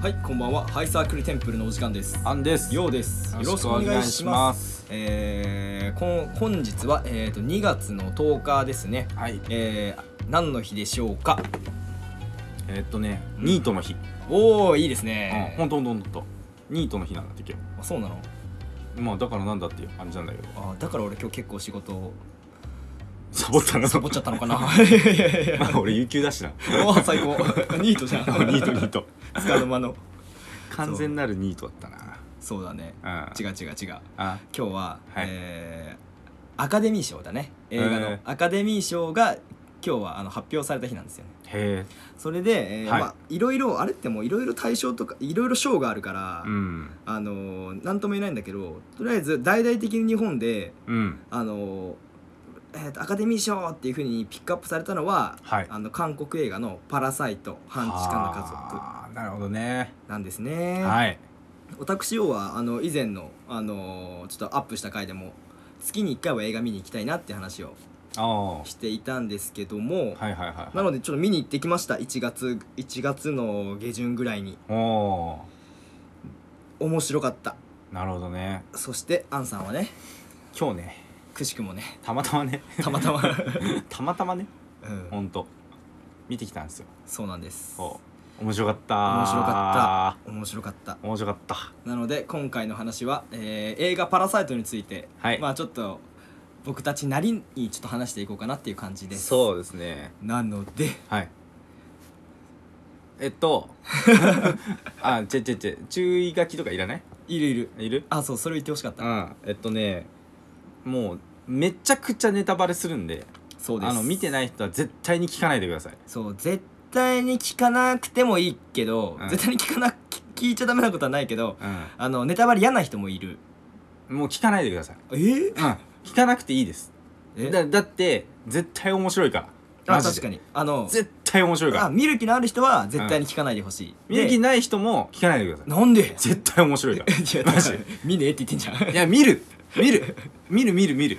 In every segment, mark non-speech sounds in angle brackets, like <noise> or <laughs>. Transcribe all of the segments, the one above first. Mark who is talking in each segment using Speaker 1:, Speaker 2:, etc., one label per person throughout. Speaker 1: はいこんばんはハイサークルテンプルのお時間です
Speaker 2: アンです。
Speaker 1: ようですよろしくお願いしますえー、こん本日は、えー、と2月の10日ですね
Speaker 2: はい。
Speaker 1: えー、何の日でしょうか
Speaker 2: えーっとね、
Speaker 1: うん
Speaker 2: ニートの日。
Speaker 1: おおいいです
Speaker 2: うん、
Speaker 1: ね、
Speaker 2: ほんとほんとほんと。ニートの日なんだって今
Speaker 1: あそうなの
Speaker 2: 日。まあだからなんだっていう感じなんだけど。
Speaker 1: あだから俺今日結構仕事を
Speaker 2: サボったな。
Speaker 1: サボっちゃったのか <laughs> な
Speaker 2: まあ <laughs> 俺有給だしな。
Speaker 1: おお最高 <laughs> ニートじゃん
Speaker 2: ニートニート。
Speaker 1: <laughs> つかの間の
Speaker 2: 完全なるニートだったな。
Speaker 1: そうだね
Speaker 2: うん。
Speaker 1: 違う
Speaker 2: う。
Speaker 1: 違う違う
Speaker 2: あ、
Speaker 1: 今日は、
Speaker 2: はい
Speaker 1: えーアカデミー賞だね映画
Speaker 2: え
Speaker 1: の
Speaker 2: ー
Speaker 1: アカデミー賞が今日はあの発表された日なんですよね
Speaker 2: へえ。
Speaker 1: それで、えー
Speaker 2: はい
Speaker 1: まあいろいろあれってもういろいろ対象とかいろいろ賞があるから、
Speaker 2: うん。
Speaker 1: あのーなんとも言えないんだけどとりあえず大々的に日本で
Speaker 2: うん。
Speaker 1: あのーえーとアカデミー賞っていうふうにピックアップされたのは、
Speaker 2: はい
Speaker 1: あの韓国映画の「パラサイト半地下の家族
Speaker 2: あーなるほどね。」
Speaker 1: なんですね。
Speaker 2: はい。
Speaker 1: 私要はあの以前の、あのーちょっとアップした回でも月に1回は映画見に行きたいなって話を
Speaker 2: ああ。はい
Speaker 1: していたんですけども、
Speaker 2: はいはいはい。
Speaker 1: なのでちょっと見に行ってきました1月1月の下旬ぐらいに
Speaker 2: おお
Speaker 1: 面白かった
Speaker 2: ー。なるほどね。
Speaker 1: そしてアンさんはね
Speaker 2: 今日ね、
Speaker 1: くしくもね
Speaker 2: <laughs> たまたまね、
Speaker 1: たまた
Speaker 2: <laughs>
Speaker 1: ま、
Speaker 2: たまたまね、
Speaker 1: うん
Speaker 2: ほんと見てきたんですよ。
Speaker 1: そうなんです面
Speaker 2: そう面白かった
Speaker 1: 白かった面白かった
Speaker 2: 面白かった
Speaker 1: なので今回の話は、えー映画「パラサイト」について、
Speaker 2: はい
Speaker 1: まあちょっと僕たちなりにちょっと話していこうかなっていう感じです
Speaker 2: そうですね
Speaker 1: なので
Speaker 2: はいえ
Speaker 1: <laughs>
Speaker 2: っとあちぇちぇちぇ注意書きとかいらない
Speaker 1: いるいる
Speaker 2: いる
Speaker 1: あそうそれ言ってほしかった、
Speaker 2: うんえっとねもうめちゃくちゃネタバレするんで
Speaker 1: そうです
Speaker 2: あの見てない人は絶対に聞かないでください
Speaker 1: そう絶対に聞かなくてもいいけど、
Speaker 2: うん
Speaker 1: 絶対に聞かなき聞いちゃダメなことはないけど
Speaker 2: う
Speaker 1: あのネタバレ嫌な人もいる
Speaker 2: んもう聞かないでください
Speaker 1: えー
Speaker 2: うん聞かなくていいです
Speaker 1: え
Speaker 2: だだって絶対面白いから
Speaker 1: あ
Speaker 2: マジ
Speaker 1: 確
Speaker 2: で
Speaker 1: かにあの
Speaker 2: 絶対面白いか
Speaker 1: あ
Speaker 2: ら
Speaker 1: 見る気のある人は絶対に聞かないでほしい、
Speaker 2: 見る気
Speaker 1: で
Speaker 2: ない人も聞かないで <laughs> ください
Speaker 1: なんで
Speaker 2: 絶対面白いから
Speaker 1: いや
Speaker 2: マ
Speaker 1: 確
Speaker 2: ジ
Speaker 1: かに見ねえって言ってんじゃん <laughs>
Speaker 2: いや見る見る見る見る見る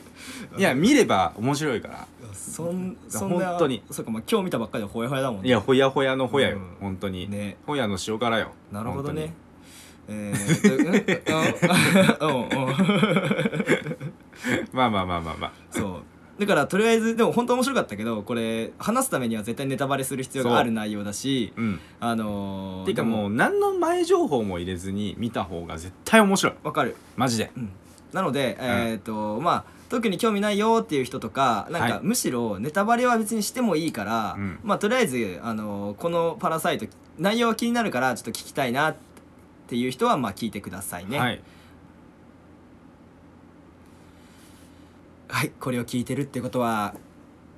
Speaker 2: いや見れば面白いから
Speaker 1: そんそんな
Speaker 2: 本当に
Speaker 1: そうかまあ今日見たばっかりでほやほやだもん
Speaker 2: いやほやほやのほやよ、
Speaker 1: うん
Speaker 2: 本当に、
Speaker 1: ね
Speaker 2: ほやの塩辛よ
Speaker 1: なるほどねえーとうん <laughs> うんうん
Speaker 2: 本当にまあまあまあまあまあ
Speaker 1: そうだからとりあえずでも本当面白かったけどこれ話すためには絶対ネタバレする必要がある内容だし
Speaker 2: うん
Speaker 1: あのー、
Speaker 2: ていうかも
Speaker 1: う
Speaker 2: う何の前情報も入れずに見た方が絶対面白い
Speaker 1: わかる、
Speaker 2: マジで
Speaker 1: うん、なので、えっ、とまあ特に興味ないよっていう人とかなんか
Speaker 2: はい
Speaker 1: むしろネタバレは別にしてもいいから、
Speaker 2: うん
Speaker 1: まあとりあえず、あのーこの「パラサイト」内容は気になるからちょっと聞きたいなっていう人はまあ聞いてくださいね
Speaker 2: は
Speaker 1: はい、
Speaker 2: い
Speaker 1: これを聞いてるってことは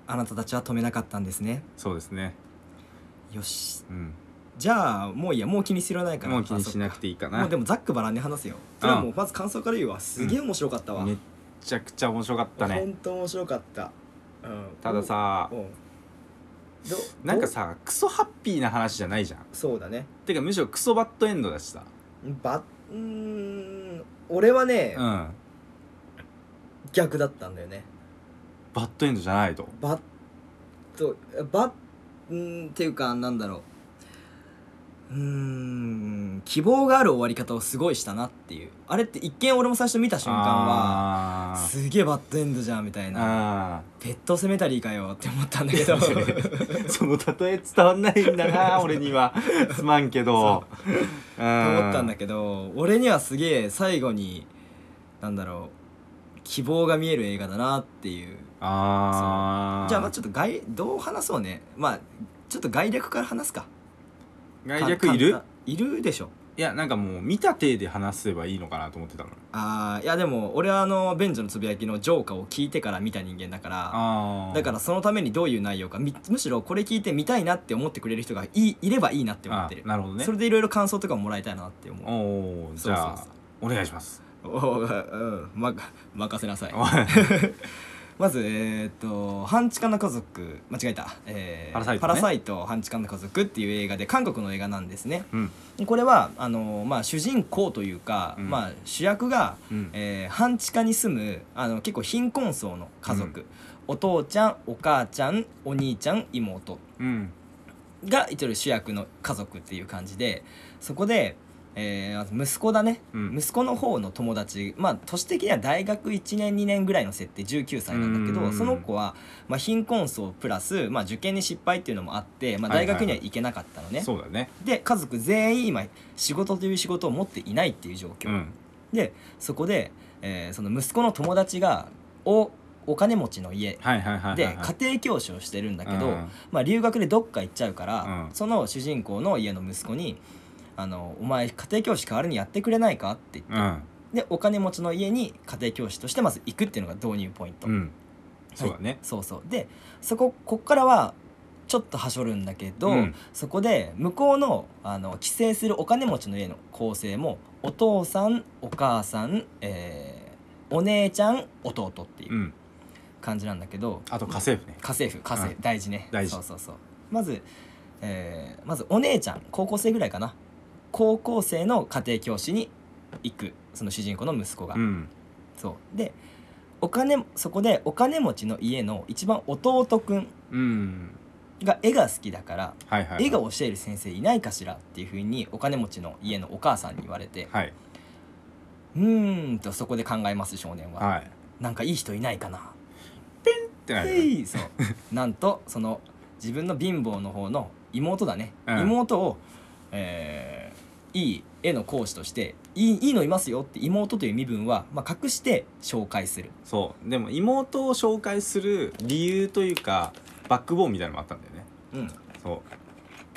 Speaker 1: あなたたちは止めなかったんですね
Speaker 2: そうですね
Speaker 1: よし
Speaker 2: うん
Speaker 1: じゃあもういいやもう気にするないから
Speaker 2: もう気にしなくていいかな
Speaker 1: もうでもざっくばらんに話すよそれはもうまず感想から言うわすげえ面白かったわ、
Speaker 2: めっちゃくちゃ面白かったね
Speaker 1: 本当面白かった、うん、
Speaker 2: たださ
Speaker 1: うんど
Speaker 2: なんか
Speaker 1: ど
Speaker 2: さクソハッピーな話じゃないじゃん
Speaker 1: そうだね
Speaker 2: てかむしろクソバッドエンドだしさ
Speaker 1: ばうーん俺はね、
Speaker 2: うん
Speaker 1: 逆だったんだよね
Speaker 2: バッドエンドじゃないと
Speaker 1: ばとばうーんっていうかなんだろううーん希望がある終わり方をすごいしたなっていうあれって一見俺も最初見た瞬間は
Speaker 2: あー
Speaker 1: すげえバッドエンドじゃんみたいな
Speaker 2: あ
Speaker 1: ペットセメタリーかよって思ったんだけど
Speaker 2: ー <laughs> その例え伝わんないん
Speaker 1: <laughs>
Speaker 2: だな俺にはすまんけどと
Speaker 1: と <laughs> 思ったんだ
Speaker 2: け
Speaker 1: けど俺にはすげえ最後になんだろう希望が見える映画だなっていう
Speaker 2: どああ
Speaker 1: じゃあまあちょっと概どう話そうねまあちょっと概略から話すか
Speaker 2: 概略いる
Speaker 1: かいるでしょ
Speaker 2: いやなんかもう見た体で話せばいいのかなと思ってたの
Speaker 1: あーいやでも俺はあのベンジョのつぶやきのジョーカーを聞いてから見た人間だから
Speaker 2: あ
Speaker 1: だからそのためにどういう内容かみむしろこれ聞いて見たいなって思ってくれる人がいいればいいなって思ってる、
Speaker 2: なるほどね
Speaker 1: それでいろいろ感想とかももらいたいなって思う
Speaker 2: おおじ
Speaker 1: そうそうそう
Speaker 2: ゃあお願いします
Speaker 1: おーうんま任せなさい
Speaker 2: おい
Speaker 1: <laughs> まずえーっと「半地下の家族」間違えた「えー
Speaker 2: パラサイトね
Speaker 1: パラサイト半地下の家族」っていう映画で韓国の映画なんですね
Speaker 2: <laughs> うん
Speaker 1: これはあのまあ、主人公というか、
Speaker 2: うん
Speaker 1: まあ、主役が、
Speaker 2: うん
Speaker 1: えー半地下に住むあの結構貧困層の家族、お父ちゃんお母ちゃんお兄ちゃん妹
Speaker 2: うん
Speaker 1: が一応主役の家族っていう感じでそこで、えーまず息子だね、
Speaker 2: うん
Speaker 1: 息子の方の友達まあ年的には大学1年2年ぐらいの設定19歳なんだけ
Speaker 2: う
Speaker 1: ど
Speaker 2: ん
Speaker 1: その子は、まあ、貧困層プラス、まあ、受験に失敗っていうのもあって、まあ、大学には行けなかったのね。
Speaker 2: そうだね
Speaker 1: で家族全員今仕事という仕事を持っていないっていう状況、
Speaker 2: うん
Speaker 1: でそこで、えーその息子の友達がおお金持ちの家
Speaker 2: はいはいはいはい
Speaker 1: で
Speaker 2: はい
Speaker 1: 家庭教師をしてるんだけど、
Speaker 2: うん
Speaker 1: まあ、留学でどっか行っちゃうから、
Speaker 2: うん
Speaker 1: その主人公の家の息子に「あのお前家庭教師代わりにやってくれないか?」って言って、
Speaker 2: うん
Speaker 1: でお金持ちの家に家庭教師としてまず行くっていうのが導入ポイント、
Speaker 2: うんそうだね
Speaker 1: そうそうでそここっからはちょっとはしょるんだけど、
Speaker 2: うん
Speaker 1: そこで向こうのあの帰省するお金持ちの家の構成もお父さんお母さん、えーお姉ちゃん弟っていううん感じなんだけど、
Speaker 2: あと家政婦ね
Speaker 1: 家政婦家政、
Speaker 2: う
Speaker 1: 大事ね
Speaker 2: 大事
Speaker 1: そうそうそうまず、えーまずお姉ちゃん高校生ぐらいかな高校生の家庭教師に行くその主人公の息子が、
Speaker 2: うん
Speaker 1: そうでお金そこでお金持ちの家の一番弟くん
Speaker 2: うん
Speaker 1: が絵が好きだから
Speaker 2: はいはい
Speaker 1: 絵が教える先生いないかしらっていうふうにお金持ちの家のお母さんに言われて
Speaker 2: はいう
Speaker 1: ーんとそこで考えます少年は、
Speaker 2: はい
Speaker 1: なんかいい人いないかな
Speaker 2: ってな
Speaker 1: へ
Speaker 2: る
Speaker 1: いそう
Speaker 2: <laughs>
Speaker 1: なんとその自分の貧乏の方の妹だね、
Speaker 2: うん
Speaker 1: 妹を、えーいい絵の講師としていいいいのいますよって妹という身分は、まあ、隠して紹介する
Speaker 2: そうでも妹を紹介する理由というかバックボーンみたいなのもあったんだよね
Speaker 1: うん
Speaker 2: そう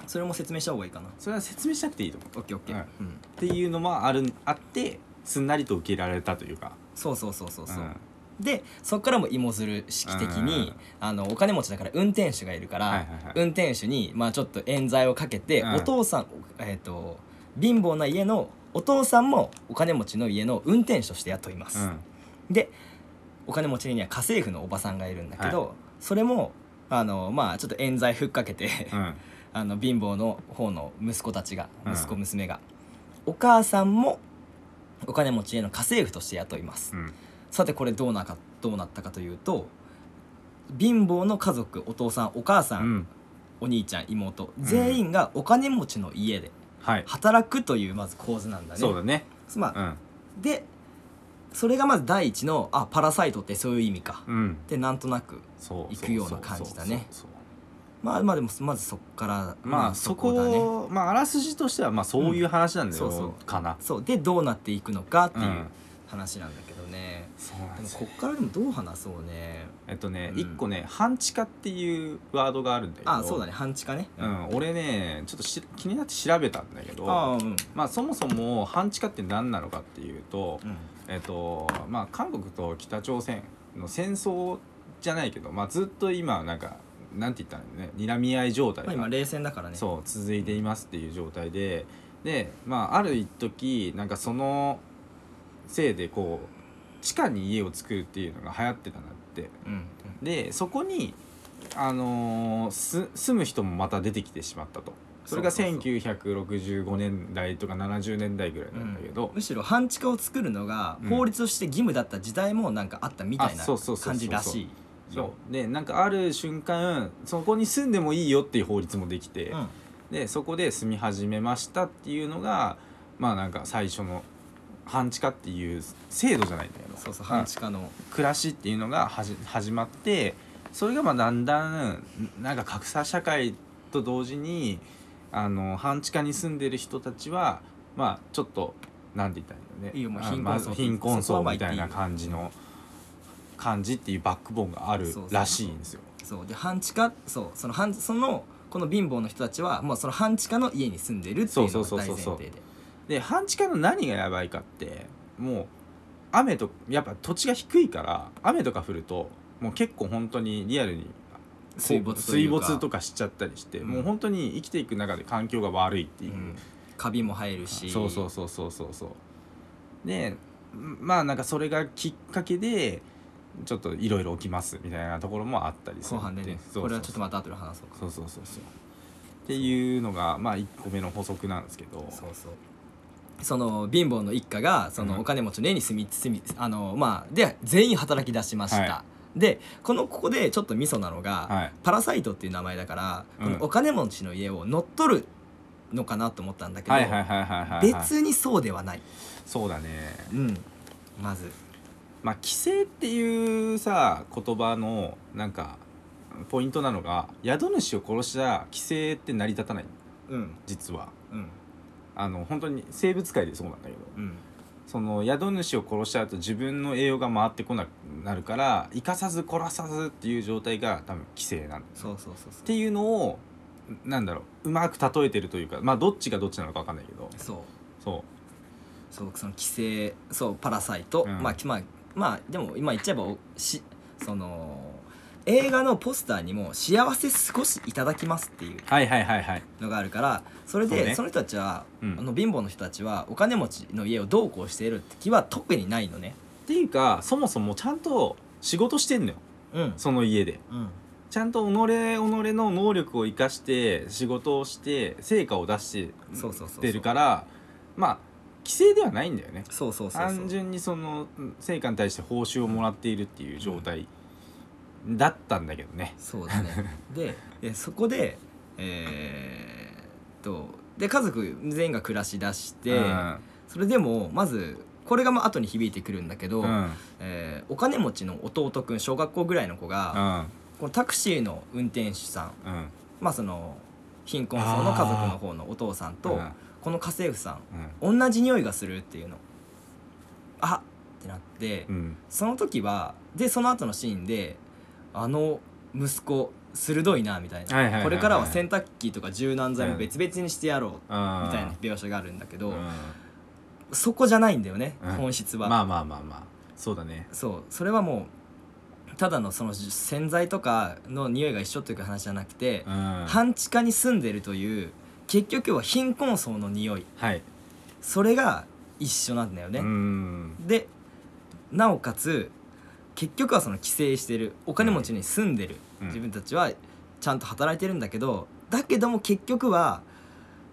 Speaker 1: それも説明した方がいいかな
Speaker 2: それは説明しなくていいと思う
Speaker 1: オッケーオッケー、うん、
Speaker 2: っていうのもあるあってすんなりと受け入れられたというか
Speaker 1: そうそうそうそうそう、
Speaker 2: ん
Speaker 1: でそこからも芋づる式的に、
Speaker 2: うん
Speaker 1: あのお金持ちだから運転手がいるから、
Speaker 2: はいはいはい
Speaker 1: 運転手に、まあ、ちょっと冤罪をかけて、
Speaker 2: うん
Speaker 1: お父さん、えー、と貧乏な家のお父さんもお金持ちの家の運転手として雇います、
Speaker 2: うん
Speaker 1: でお金持ちには家政婦のおばさんがいるんだけど、それもあのまあちょっと冤罪ふっかけて、
Speaker 2: うん
Speaker 1: あの貧乏の方の息子たちが
Speaker 2: うん
Speaker 1: 息子娘が、お母さんもお金持ち家の家政婦として雇います、
Speaker 2: うん
Speaker 1: さてこれどうなかどうなったかというと貧乏の家族お父さんお母さん、
Speaker 2: うん
Speaker 1: お兄ちゃん妹全員がお金持ちの家で
Speaker 2: はい
Speaker 1: 働くというまず構図なんだね。
Speaker 2: そうだね
Speaker 1: ま
Speaker 2: う
Speaker 1: あ
Speaker 2: ん
Speaker 1: でそれがまず第一のあパラサイトってそういう意味か
Speaker 2: うん
Speaker 1: ってなんとなく
Speaker 2: そう
Speaker 1: 行くような感じだね
Speaker 2: そうそうそうそう
Speaker 1: まあまあでもまずそっから
Speaker 2: まあそこ
Speaker 1: だね。
Speaker 2: をまああらすじとしてはまあそういう話なんだ
Speaker 1: うんそうそ
Speaker 2: よ
Speaker 1: う
Speaker 2: かな
Speaker 1: そうでどうなっていくのかっていう
Speaker 2: うん
Speaker 1: 話なんだけどね、
Speaker 2: そうなん
Speaker 1: で
Speaker 2: で
Speaker 1: も
Speaker 2: す
Speaker 1: こ
Speaker 2: よ
Speaker 1: っからでもどう話そうね
Speaker 2: えっとね
Speaker 1: うん
Speaker 2: 一個ね半地下っていうワードがあるんだけど
Speaker 1: あそうだね半地下ね
Speaker 2: うん俺ねちょっとし気になって調べたんだけど
Speaker 1: ああうん
Speaker 2: まあそもそも半地下って何なのかっていうと
Speaker 1: うん
Speaker 2: えっとまあ韓国と北朝鮮の戦争じゃないけどまあずっと今なんかなんて言ったらいいんだろうね睨み合い状態
Speaker 1: まあ、今冷戦だからね
Speaker 2: そう続いていますっていう状態ででまあある一時なんかそのせいでこう地下に家を作るっていうのが流行ってたなって
Speaker 1: うん、うん、
Speaker 2: でそこにあのーす住む人もまた出てきてしまったとそれが
Speaker 1: そうそうそう
Speaker 2: 1965年代とか70年代ぐらいなんだけど、
Speaker 1: むしろ半地下を作るのが
Speaker 2: うん
Speaker 1: 法律として義務だった時代もなんかあったみたいな
Speaker 2: あそうそうそうそう
Speaker 1: 感じらしいよ
Speaker 2: そうでなんかある瞬間そこに住んでもいいよっていう法律もできて、
Speaker 1: うん
Speaker 2: でそこで住み始めましたっていうのがまあなんか最初の半地下っていう制度じゃないんだよ
Speaker 1: そうそう
Speaker 2: うん
Speaker 1: 半地下の
Speaker 2: 暮らしっていうのがはじ始まってそれがまあだんだんなんか格差社会と同時にあの半地下に住んでる人たちはまあちょっとなんて言ったらいいんだよね
Speaker 1: いいよもう
Speaker 2: あ
Speaker 1: 貧困
Speaker 2: まあ
Speaker 1: 層
Speaker 2: 貧困
Speaker 1: そこは
Speaker 2: 層
Speaker 1: まあ
Speaker 2: みたい
Speaker 1: 言
Speaker 2: な
Speaker 1: っていいよ
Speaker 2: 感じの感じっていうバックボーンがある
Speaker 1: そうそうそう
Speaker 2: らしいんですよ。
Speaker 1: そうで半地下そうその半そのこの貧乏の人たちはもうその半地下の家に住んでるっていうのが大前
Speaker 2: そうそうそうそう
Speaker 1: 提で
Speaker 2: そで半地下の何がやばいかってもう雨とやっぱ土地が低いから雨とか降るともう結構本当にリアルに
Speaker 1: 水没というか
Speaker 2: 水没とかしちゃったりして、
Speaker 1: うん
Speaker 2: もう本当に生きていく中で環境が悪いっていうう、
Speaker 1: ん、カビも生えるし
Speaker 2: そうそうそうそうそうそうでまあなんかそれがきっかけでちょっといろいろ起きますみたいなところもあったりす
Speaker 1: 後
Speaker 2: る
Speaker 1: 半でね
Speaker 2: そうそうそう
Speaker 1: これはちょっとまた後で話そうか
Speaker 2: そうそうそうそうっていうのがまあ1個目の補足なんですけど
Speaker 1: そうそうその貧乏の一家がそうの
Speaker 2: ん
Speaker 1: お金持ちの家に住み住みあのまあで全員働き出しました、でこのここでちょっとミソなのが、
Speaker 2: はい
Speaker 1: パラサイトっていう名前だから、
Speaker 2: うん
Speaker 1: このお金持ちの家を乗っ取るのかなと思ったんだけど、
Speaker 2: はいはいはいはいはいはい
Speaker 1: 別にそうではない、
Speaker 2: そうだね
Speaker 1: うん、まず
Speaker 2: まあ規制っていうさ言葉のなんかポイントなのが宿主を殺したら規制って成り立たない
Speaker 1: うん
Speaker 2: 実は
Speaker 1: うん
Speaker 2: あの本当に生物界でそうなんだけど
Speaker 1: うん
Speaker 2: その宿主を殺しちゃうと自分の栄養が回ってこなくなるから生かさず殺さずっていう状態が多分規制なんだ
Speaker 1: そうそうそうそ
Speaker 2: っていうのをなんだろううまく例えてるというかまあどっちがどっちなのか分かんないけど
Speaker 1: うそう
Speaker 2: そ
Speaker 1: そうその規制そうパラサイト、
Speaker 2: うん
Speaker 1: まあきまあまあでも今言っちゃえばおしその映画のポスターにも「幸せ少しいただきます」っていう
Speaker 2: うはいはいはいはい
Speaker 1: のがあるからそれ
Speaker 2: そう
Speaker 1: で
Speaker 2: ね
Speaker 1: その人たちは、
Speaker 2: うん
Speaker 1: あの貧乏の人たちはお金持ちの家をどうこうしているって気は特にないのね
Speaker 2: っていうかそもそもちゃんと仕事してんのよ
Speaker 1: うん
Speaker 2: その家で
Speaker 1: うん
Speaker 2: ちゃんと己己の能力を生かして仕事をして成果を出して
Speaker 1: そうそうそうそう
Speaker 2: 出るからまあ規制ではないんだよね
Speaker 1: そうそうそうそ
Speaker 2: 単
Speaker 1: う
Speaker 2: 純にそのうん成果に対して報酬をもらっているっていう状態だったんだけどね、
Speaker 1: そうだねででそこでえーっとで家族全員が暮らしだして、
Speaker 2: うん
Speaker 1: それでもまずこれがまあ後に響いてくるんだけど、
Speaker 2: うん
Speaker 1: えーお金持ちの弟くん小学校ぐらいの子
Speaker 2: う
Speaker 1: が、
Speaker 2: ん
Speaker 1: このタクシーの運転手さん
Speaker 2: うん
Speaker 1: まあその貧困層の家族の方のお父さんと、
Speaker 2: うん
Speaker 1: この家政婦さん
Speaker 2: うん
Speaker 1: 同じ匂いがするっていうのあってなって、
Speaker 2: うん
Speaker 1: その時はでその後のシーンであの息子鋭いなみたい
Speaker 2: はいはいはいは
Speaker 1: ないこれからは洗濯機とか柔軟剤も別々にしてやろうみたいな描写があるんだけど、
Speaker 2: うん
Speaker 1: そこじゃないんだよね、
Speaker 2: うん
Speaker 1: 本質は、
Speaker 2: まあまあまあまあそうだね
Speaker 1: そうそれはもうただのその洗剤とかの匂いが一緒という話じゃなくて
Speaker 2: う、ん
Speaker 1: 半地下に住んでるという結局は貧困層の匂い
Speaker 2: はい
Speaker 1: それが一緒なんだよね、
Speaker 2: うん
Speaker 1: でなおかつ結局はその帰省してるお金持ちに住んでる、
Speaker 2: うん
Speaker 1: 自分たちはちゃんと働いてるんだけどだけども結局は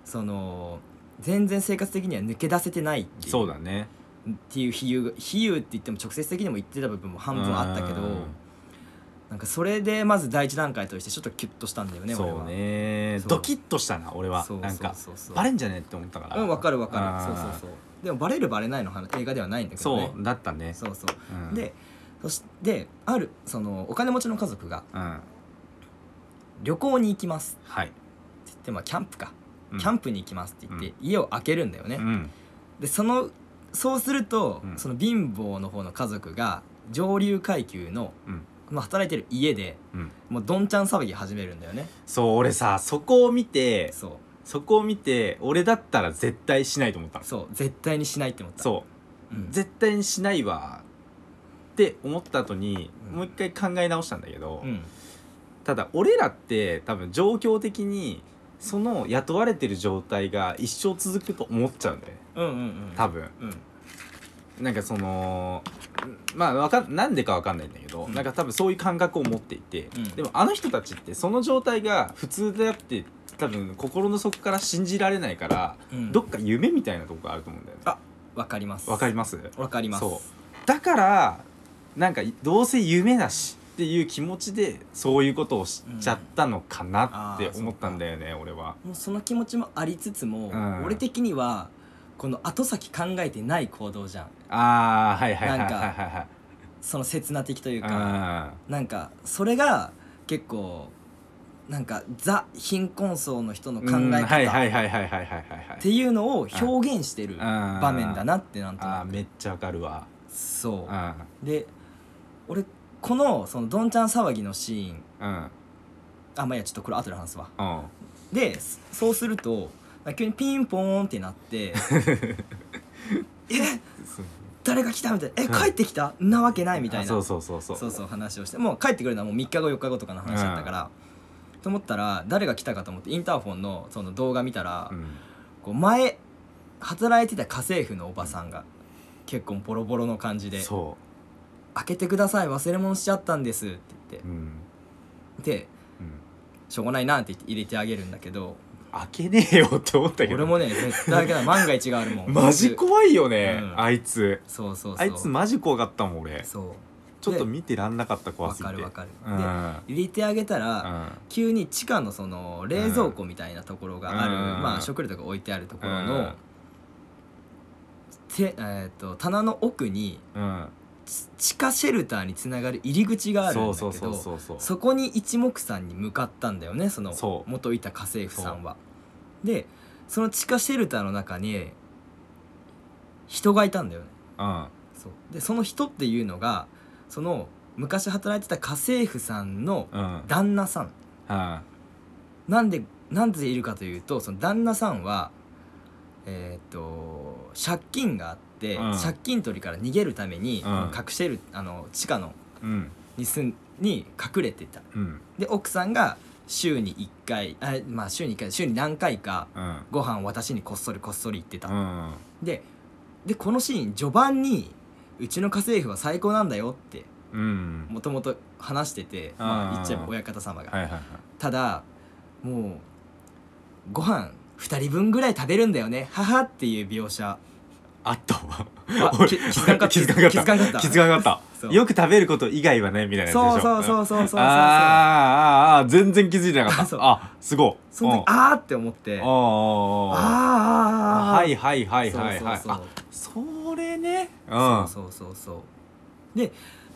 Speaker 1: その全然生活的には抜け出せてないっていう
Speaker 2: そうだね
Speaker 1: っていう比喩が比喩って言っても直接的にも言ってた部分も半分あったけど
Speaker 2: うん
Speaker 1: なんかそれでまず第一段階としてちょっとキュッとしたんだよね俺
Speaker 2: そ
Speaker 1: は
Speaker 2: うね
Speaker 1: そう
Speaker 2: ドキッとしたな俺は
Speaker 1: そう
Speaker 2: なんか
Speaker 1: そうそうそう
Speaker 2: バレんじゃねって思ったから
Speaker 1: うんわかるわかる
Speaker 2: あ
Speaker 1: そう
Speaker 2: ー
Speaker 1: そうそうでもバレるバレないの話映画ではないんだけどね
Speaker 2: そうだったね
Speaker 1: そうそう
Speaker 2: うん
Speaker 1: でそしてあるそのお金持ちの家族が
Speaker 2: うん
Speaker 1: 旅行に行きます
Speaker 2: はい
Speaker 1: って言ってまあキャンプか、
Speaker 2: うん
Speaker 1: キャンプに行きますって言って、家を開けるんだよね、
Speaker 2: うん
Speaker 1: でそのそうすると、
Speaker 2: うん
Speaker 1: その貧乏の方の家族が上流階級の、
Speaker 2: うん
Speaker 1: まあ、働いてる家で
Speaker 2: うん
Speaker 1: もうどんちゃん騒ぎ始めるんだよね
Speaker 2: そう俺さそこを見て
Speaker 1: そ
Speaker 2: そこを見て俺だったら絶対しないと思った
Speaker 1: う
Speaker 2: の
Speaker 1: そう絶対にしないって思った、
Speaker 2: そうう、
Speaker 1: ん、
Speaker 2: 絶対にしないわって思った後に、
Speaker 1: うん
Speaker 2: もう一回考え直したんだけど、
Speaker 1: うん
Speaker 2: ただ俺らって多分状況的にその雇われてる状態が一生続くと思っちゃうんだよね
Speaker 1: うんうんうん
Speaker 2: 多分
Speaker 1: うん
Speaker 2: なんかそのまあわかんなんでかわかんないんだけど、
Speaker 1: うん
Speaker 2: なんか多分そういう感覚を持っていて、
Speaker 1: うん
Speaker 2: でもあの人たちってその状態が普通だって多分心の底から信じられないから、
Speaker 1: うん
Speaker 2: どっか夢みたいなとこがあると思うんだよね
Speaker 1: あわかります
Speaker 2: わかります
Speaker 1: わかります
Speaker 2: そうだからなんかどうせ夢だしっていう気持ちでそういうことをしちゃったのかなって
Speaker 1: うん
Speaker 2: 思ったんだよね、俺は
Speaker 1: もうその気持ちもありつつも、
Speaker 2: うん
Speaker 1: 俺的にはこの後先考えてない行動じゃん
Speaker 2: ああはいはいはい
Speaker 1: な
Speaker 2: は
Speaker 1: ん
Speaker 2: い
Speaker 1: か
Speaker 2: は
Speaker 1: その刹那的という
Speaker 2: い
Speaker 1: か、
Speaker 2: はい
Speaker 1: なんかそれが結構なんかザ貧困層の人の
Speaker 2: うん
Speaker 1: 考え
Speaker 2: うんはい
Speaker 1: 方
Speaker 2: は
Speaker 1: っ
Speaker 2: いはいはいはいはいはいはい
Speaker 1: ていうのを表現してる
Speaker 2: うん
Speaker 1: 場面だなってなんと
Speaker 2: あ
Speaker 1: な
Speaker 2: ー
Speaker 1: く
Speaker 2: めっちゃわかるわ
Speaker 1: そ
Speaker 2: うん
Speaker 1: うで俺このそのどんちゃん騒ぎのシーン
Speaker 2: うん
Speaker 1: あまあいいやちょっとこれ後で話すわ
Speaker 2: うん
Speaker 1: でそそうすると急にピンポーンってなって
Speaker 2: <laughs>
Speaker 1: え誰が来たみたいな「え
Speaker 2: うん
Speaker 1: 帰ってきた?」んなわけないみたいな
Speaker 2: あそうそうそうそう
Speaker 1: そうそう話をしてもう帰ってくるのはもう3日後4日後とかの話だったから、と思ったら誰が来たかと思ってインターフォンのその動画見たら、
Speaker 2: うん
Speaker 1: こう前働いてた家政婦のおばさんが結構ボロボロの感じで
Speaker 2: そ
Speaker 1: 「開けてください忘れ物しちゃったんです」って言っ
Speaker 2: ううん
Speaker 1: てで
Speaker 2: うん
Speaker 1: 「しょうがないな」って言って入れてあげるんだけど
Speaker 2: 開けねえよって思ったけど
Speaker 1: 俺もね絶対開けない万が一があるもん
Speaker 2: <laughs> マジ怖いよね、
Speaker 1: うん
Speaker 2: あいつ
Speaker 1: そうそうそう
Speaker 2: あいつマジ怖かったもん俺
Speaker 1: そう
Speaker 2: ちょっと見てらんなかった怖すぎて
Speaker 1: わかるわかる
Speaker 2: うん
Speaker 1: で入れてあげたら急に地下のその冷蔵庫みたいなところがある、
Speaker 2: うん
Speaker 1: まあ食料とか置いてあるところの、
Speaker 2: うん
Speaker 1: てえー、と棚の奥に
Speaker 2: うんうん
Speaker 1: つ地下シェルターにつながる入り口があるん
Speaker 2: そ
Speaker 1: だ
Speaker 2: う
Speaker 1: け
Speaker 2: そうそう
Speaker 1: ど
Speaker 2: そうそう
Speaker 1: そこに一目散に向かったんだよねその
Speaker 2: そう
Speaker 1: 元いた家政婦さんは。でその地下シェルターの中に人がいたんだよね。
Speaker 2: うん
Speaker 1: そうでその人っていうのがその昔働いてた家政婦さんの
Speaker 2: うん
Speaker 1: 旦那さん。
Speaker 2: は
Speaker 1: なんでなんでいるかというとその旦那さんはえーっと借金があって、
Speaker 2: うん
Speaker 1: 借金取りから逃げるために、
Speaker 2: うん
Speaker 1: 隠してるあの地下の
Speaker 2: いうん
Speaker 1: に住んに隠れてた
Speaker 2: うん
Speaker 1: で奥さんが週に1回あまあ週に1回週に何回か
Speaker 2: うん
Speaker 1: ご飯を私にこっそりこっそり言ってた、
Speaker 2: うん
Speaker 1: ででこのシーン序盤にうちの家政婦は最高なんだよって
Speaker 2: うん
Speaker 1: もともと話してて、
Speaker 2: あ
Speaker 1: まあ、
Speaker 2: ー
Speaker 1: 言っちゃえば親方様が、
Speaker 2: はいはいはい
Speaker 1: ただもうご飯2人分ぐらい食べるんだよね母っていう描写
Speaker 2: あった <laughs>
Speaker 1: あ
Speaker 2: 俺
Speaker 1: き気づかんかった
Speaker 2: 気づかんかっ
Speaker 1: 気づかんかった
Speaker 2: た気づかなかっ
Speaker 1: そう
Speaker 2: たよく食べること以外はねみたいなやつでしょ
Speaker 1: そうそうそうそうそうそうそう
Speaker 2: あーあーあー全然気づいてなか
Speaker 1: <laughs>
Speaker 2: っ
Speaker 1: そ
Speaker 2: た
Speaker 1: う
Speaker 2: あすごい
Speaker 1: その時
Speaker 2: あ
Speaker 1: あーって思ってあー
Speaker 2: ああ
Speaker 1: あーあーあー
Speaker 2: はいはいはいはいはい
Speaker 1: そうそうそう
Speaker 2: あそれねうん
Speaker 1: そうそうそうそうで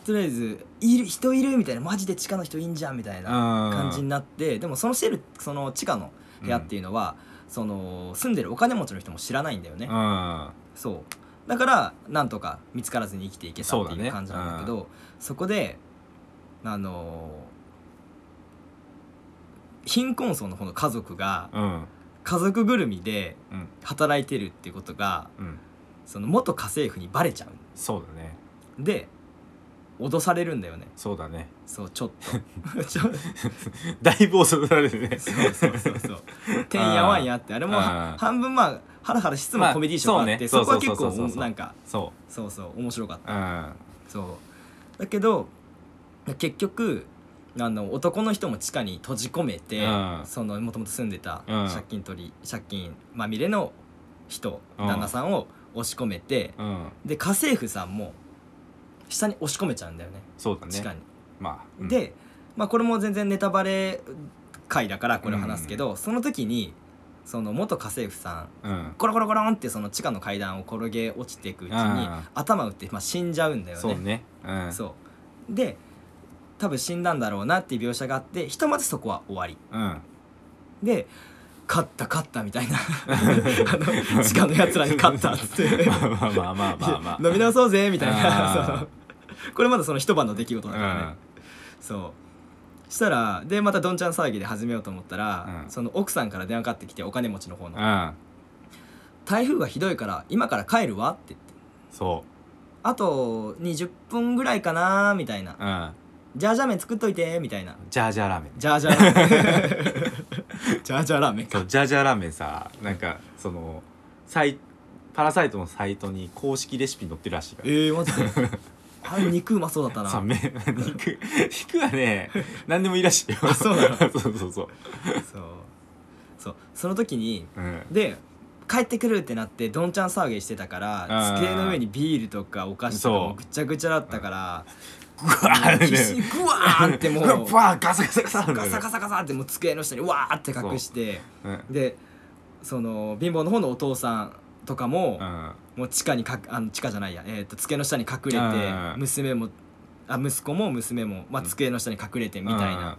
Speaker 1: とりあえずいる人いるみたいなマジで地下の人いんじゃんみたいな感
Speaker 2: 感
Speaker 1: じになってでもそのシェルその地下の部屋っていうのは、その住んでるお金持ちの人も知らないんだよね、
Speaker 2: うん
Speaker 1: そうだからなんとか見つからずに生きていけたって
Speaker 2: そう
Speaker 1: い
Speaker 2: だ
Speaker 1: う
Speaker 2: ね
Speaker 1: 感じなんだけどそこであのー貧困層の方の家族が
Speaker 2: うん
Speaker 1: 家族ぐるみで
Speaker 2: うん
Speaker 1: 働いてるっていうことが
Speaker 2: うん
Speaker 1: その元家政婦にバレちゃう
Speaker 2: そうだね
Speaker 1: で脅されるんだよね
Speaker 2: そうだね <laughs>
Speaker 1: そうちょっとちょっと
Speaker 2: だいぶ恐れられるね
Speaker 1: そうそうそうそうてんやわんやってあれも
Speaker 2: あー
Speaker 1: 半分まあハラハラしつつも
Speaker 2: まあ
Speaker 1: コメディーショーがあって、
Speaker 2: そうね
Speaker 1: そこは結
Speaker 2: そうそうそうそう
Speaker 1: 構
Speaker 2: そう
Speaker 1: なんか
Speaker 2: そ
Speaker 1: そうそう面白かった
Speaker 2: ううん
Speaker 1: そうだけど結局あの男の人も地下に閉じ込めて、
Speaker 2: うん
Speaker 1: そのもともと住んでた
Speaker 2: うん
Speaker 1: 借金取り、借金まみれの人、
Speaker 2: うん
Speaker 1: 旦那さんを押し込めて、
Speaker 2: うん
Speaker 1: で家政婦さんも下に押し込めちゃうんだよね
Speaker 2: そうだね
Speaker 1: 地下に。
Speaker 2: まあうん
Speaker 1: で、まあ、これも全然ネタバレ回だからこれを話すけど、その時にその元家政婦さん
Speaker 2: うん
Speaker 1: コロコロコロンってその地下の階段を転げ落ちていくうちに、
Speaker 2: うん
Speaker 1: 頭打って、まあ、死んじゃうんだよ
Speaker 2: そうねうん
Speaker 1: そうで多分死んだんだろうなっていう描写があってひとまずそこは終わり
Speaker 2: うん
Speaker 1: で勝った勝ったみたい
Speaker 2: <laughs>
Speaker 1: なあの地下のやつらに勝ったっつって
Speaker 2: まあまあ
Speaker 1: <laughs>
Speaker 2: まあ <laughs> まあまあまあ
Speaker 1: 飲み直そうぜみたいな
Speaker 2: あー
Speaker 1: <laughs> そのこれまだその一晩の出来事だからね、そうしたらでまたどんちゃん騒ぎで始めようと思ったら、
Speaker 2: うん
Speaker 1: その奥さんから電話かかってきてお金持ちの方
Speaker 2: う
Speaker 1: の
Speaker 2: んうん
Speaker 1: 「台風がひどいから今から帰るわ」って言って
Speaker 2: そ
Speaker 1: 「あと20分ぐらいかな」みたいな
Speaker 2: う
Speaker 1: 「
Speaker 2: うん
Speaker 1: じゃあじゃ麺作っといて」みたいな
Speaker 2: ジャージャーラーメン
Speaker 1: ジャージャーラーメン <laughs> ジャージャーラーメン
Speaker 2: そうジャージャーラーメンさなんかそのサイパラサイトのサイトに公式レシピ載ってるらしいから
Speaker 1: ええー、マジであれ肉うまそうだ
Speaker 2: <laughs>
Speaker 1: ったな
Speaker 2: さめ肉肉
Speaker 1: <laughs>
Speaker 2: はね何でもいいらしいよ
Speaker 1: あそうなの
Speaker 2: <laughs> そうそうそう
Speaker 1: そうそうその時に
Speaker 2: うん
Speaker 1: で帰ってくるってなってどんちゃん騒ぎしてたから
Speaker 2: うん
Speaker 1: 机の上にビールとかお菓子とか
Speaker 2: そう
Speaker 1: もぐちゃぐちゃだったから
Speaker 2: グワー
Speaker 1: もう必死にグワーって
Speaker 2: <laughs>
Speaker 1: もう
Speaker 2: うわガサガサ
Speaker 1: ガ
Speaker 2: ガサ
Speaker 1: サガサガサってもう机の下にわーって隠して
Speaker 2: うん
Speaker 1: でその貧乏の方のお父さんとかも、
Speaker 2: うん
Speaker 1: もう地下にかくあの地下じゃないや、えー、と机の下に隠れて
Speaker 2: うん
Speaker 1: 娘もあ息子も娘も、まあ、
Speaker 2: うん
Speaker 1: 机の下に隠れてみたいな。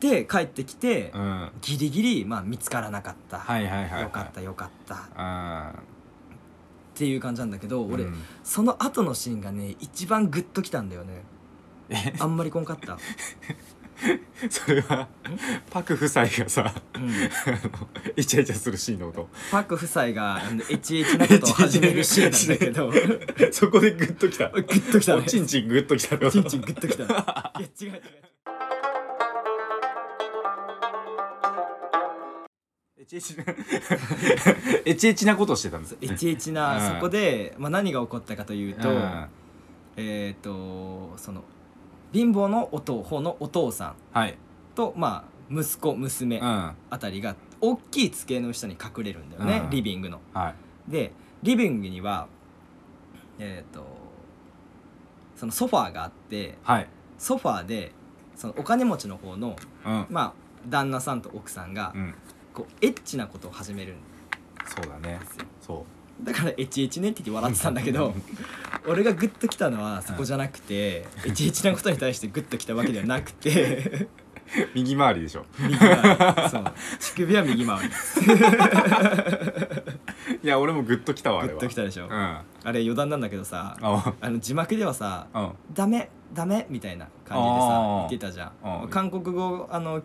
Speaker 1: で帰ってきて
Speaker 2: うんうん
Speaker 1: ギリギリ、まあ、見つからなかった、
Speaker 2: はいはいはい
Speaker 1: よかったよかったったていう感じなんだけど
Speaker 2: うん
Speaker 1: 俺、
Speaker 2: うん
Speaker 1: その後のシーンがね一番グッときたんだよね
Speaker 2: え
Speaker 1: あんまりこんか
Speaker 2: <laughs>
Speaker 1: った、
Speaker 2: それはパク夫妻がさ
Speaker 1: うん、
Speaker 2: あのイチャイチャするシーンの音
Speaker 1: パク夫妻があの HH なことを始めるシーンなんだけどグ
Speaker 2: <laughs> そこでグッときた
Speaker 1: ッときた
Speaker 2: お
Speaker 1: ね
Speaker 2: ちんちんグッときたの
Speaker 1: チンチングッとき <laughs> た。いや違う違う。
Speaker 2: エチエチなエチエチなことをしてたんです
Speaker 1: エチエチな
Speaker 2: うん
Speaker 1: そこで、まあ、何が起こったかというと、
Speaker 2: うん
Speaker 1: えっ、とその貧乏のお父方のお父さん
Speaker 2: はい
Speaker 1: と、まあ、息子娘
Speaker 2: うんは
Speaker 1: あたりが大きい机の下に隠れるんだよね、
Speaker 2: うん
Speaker 1: リビングの。
Speaker 2: い
Speaker 1: でリビングにはえっ、とそのソファーがあって
Speaker 2: はい
Speaker 1: ソファーでそのお金持ちの方の
Speaker 2: うん
Speaker 1: まあ旦那さんと奥さんが
Speaker 2: うん
Speaker 1: こうエッチなことを始めるん
Speaker 2: そうだね
Speaker 1: ですよ
Speaker 2: そ
Speaker 1: だから「エチエチね」って言って笑ってたんだけど俺がグッときたのはそこじゃなくて「エチエチなことに対してグッときたわけではなく
Speaker 2: <laughs>
Speaker 1: て
Speaker 2: う右回りでしょ
Speaker 1: 右回りそう乳首は右回り
Speaker 2: いや俺もグッときたわあ
Speaker 1: グ
Speaker 2: れ
Speaker 1: ッ
Speaker 2: は
Speaker 1: ときたでしょ、
Speaker 2: うんあ
Speaker 1: あれ余談なんだけどさ
Speaker 2: あ
Speaker 1: あの字幕ではさ
Speaker 2: うん
Speaker 1: 「ダメダメ」みたいな感じで
Speaker 2: あ
Speaker 1: さ
Speaker 2: ー
Speaker 1: 言ってたじゃ
Speaker 2: あ
Speaker 1: ん
Speaker 2: ー
Speaker 1: 韓国語あの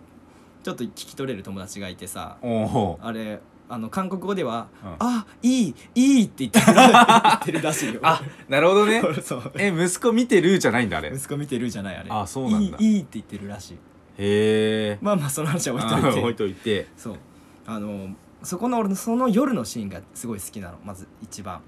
Speaker 1: ちょっと聞き取れる友達がいてさ
Speaker 2: おお
Speaker 1: あれあの韓国語では「
Speaker 2: うん
Speaker 1: あいいいい」って言ってる言ってるらしいよ
Speaker 2: あなるほどね
Speaker 1: そう
Speaker 2: え息子見てるじゃないんだあ <laughs> れへ
Speaker 1: 息子見てるじゃないあれ
Speaker 2: あそうなんだ
Speaker 1: いいいいって言ってるらしい
Speaker 2: え
Speaker 1: まあまあその話は置いといて
Speaker 2: 置いといて
Speaker 1: そうあのそこの俺のその夜のシーンがすごい好きなのまず一番、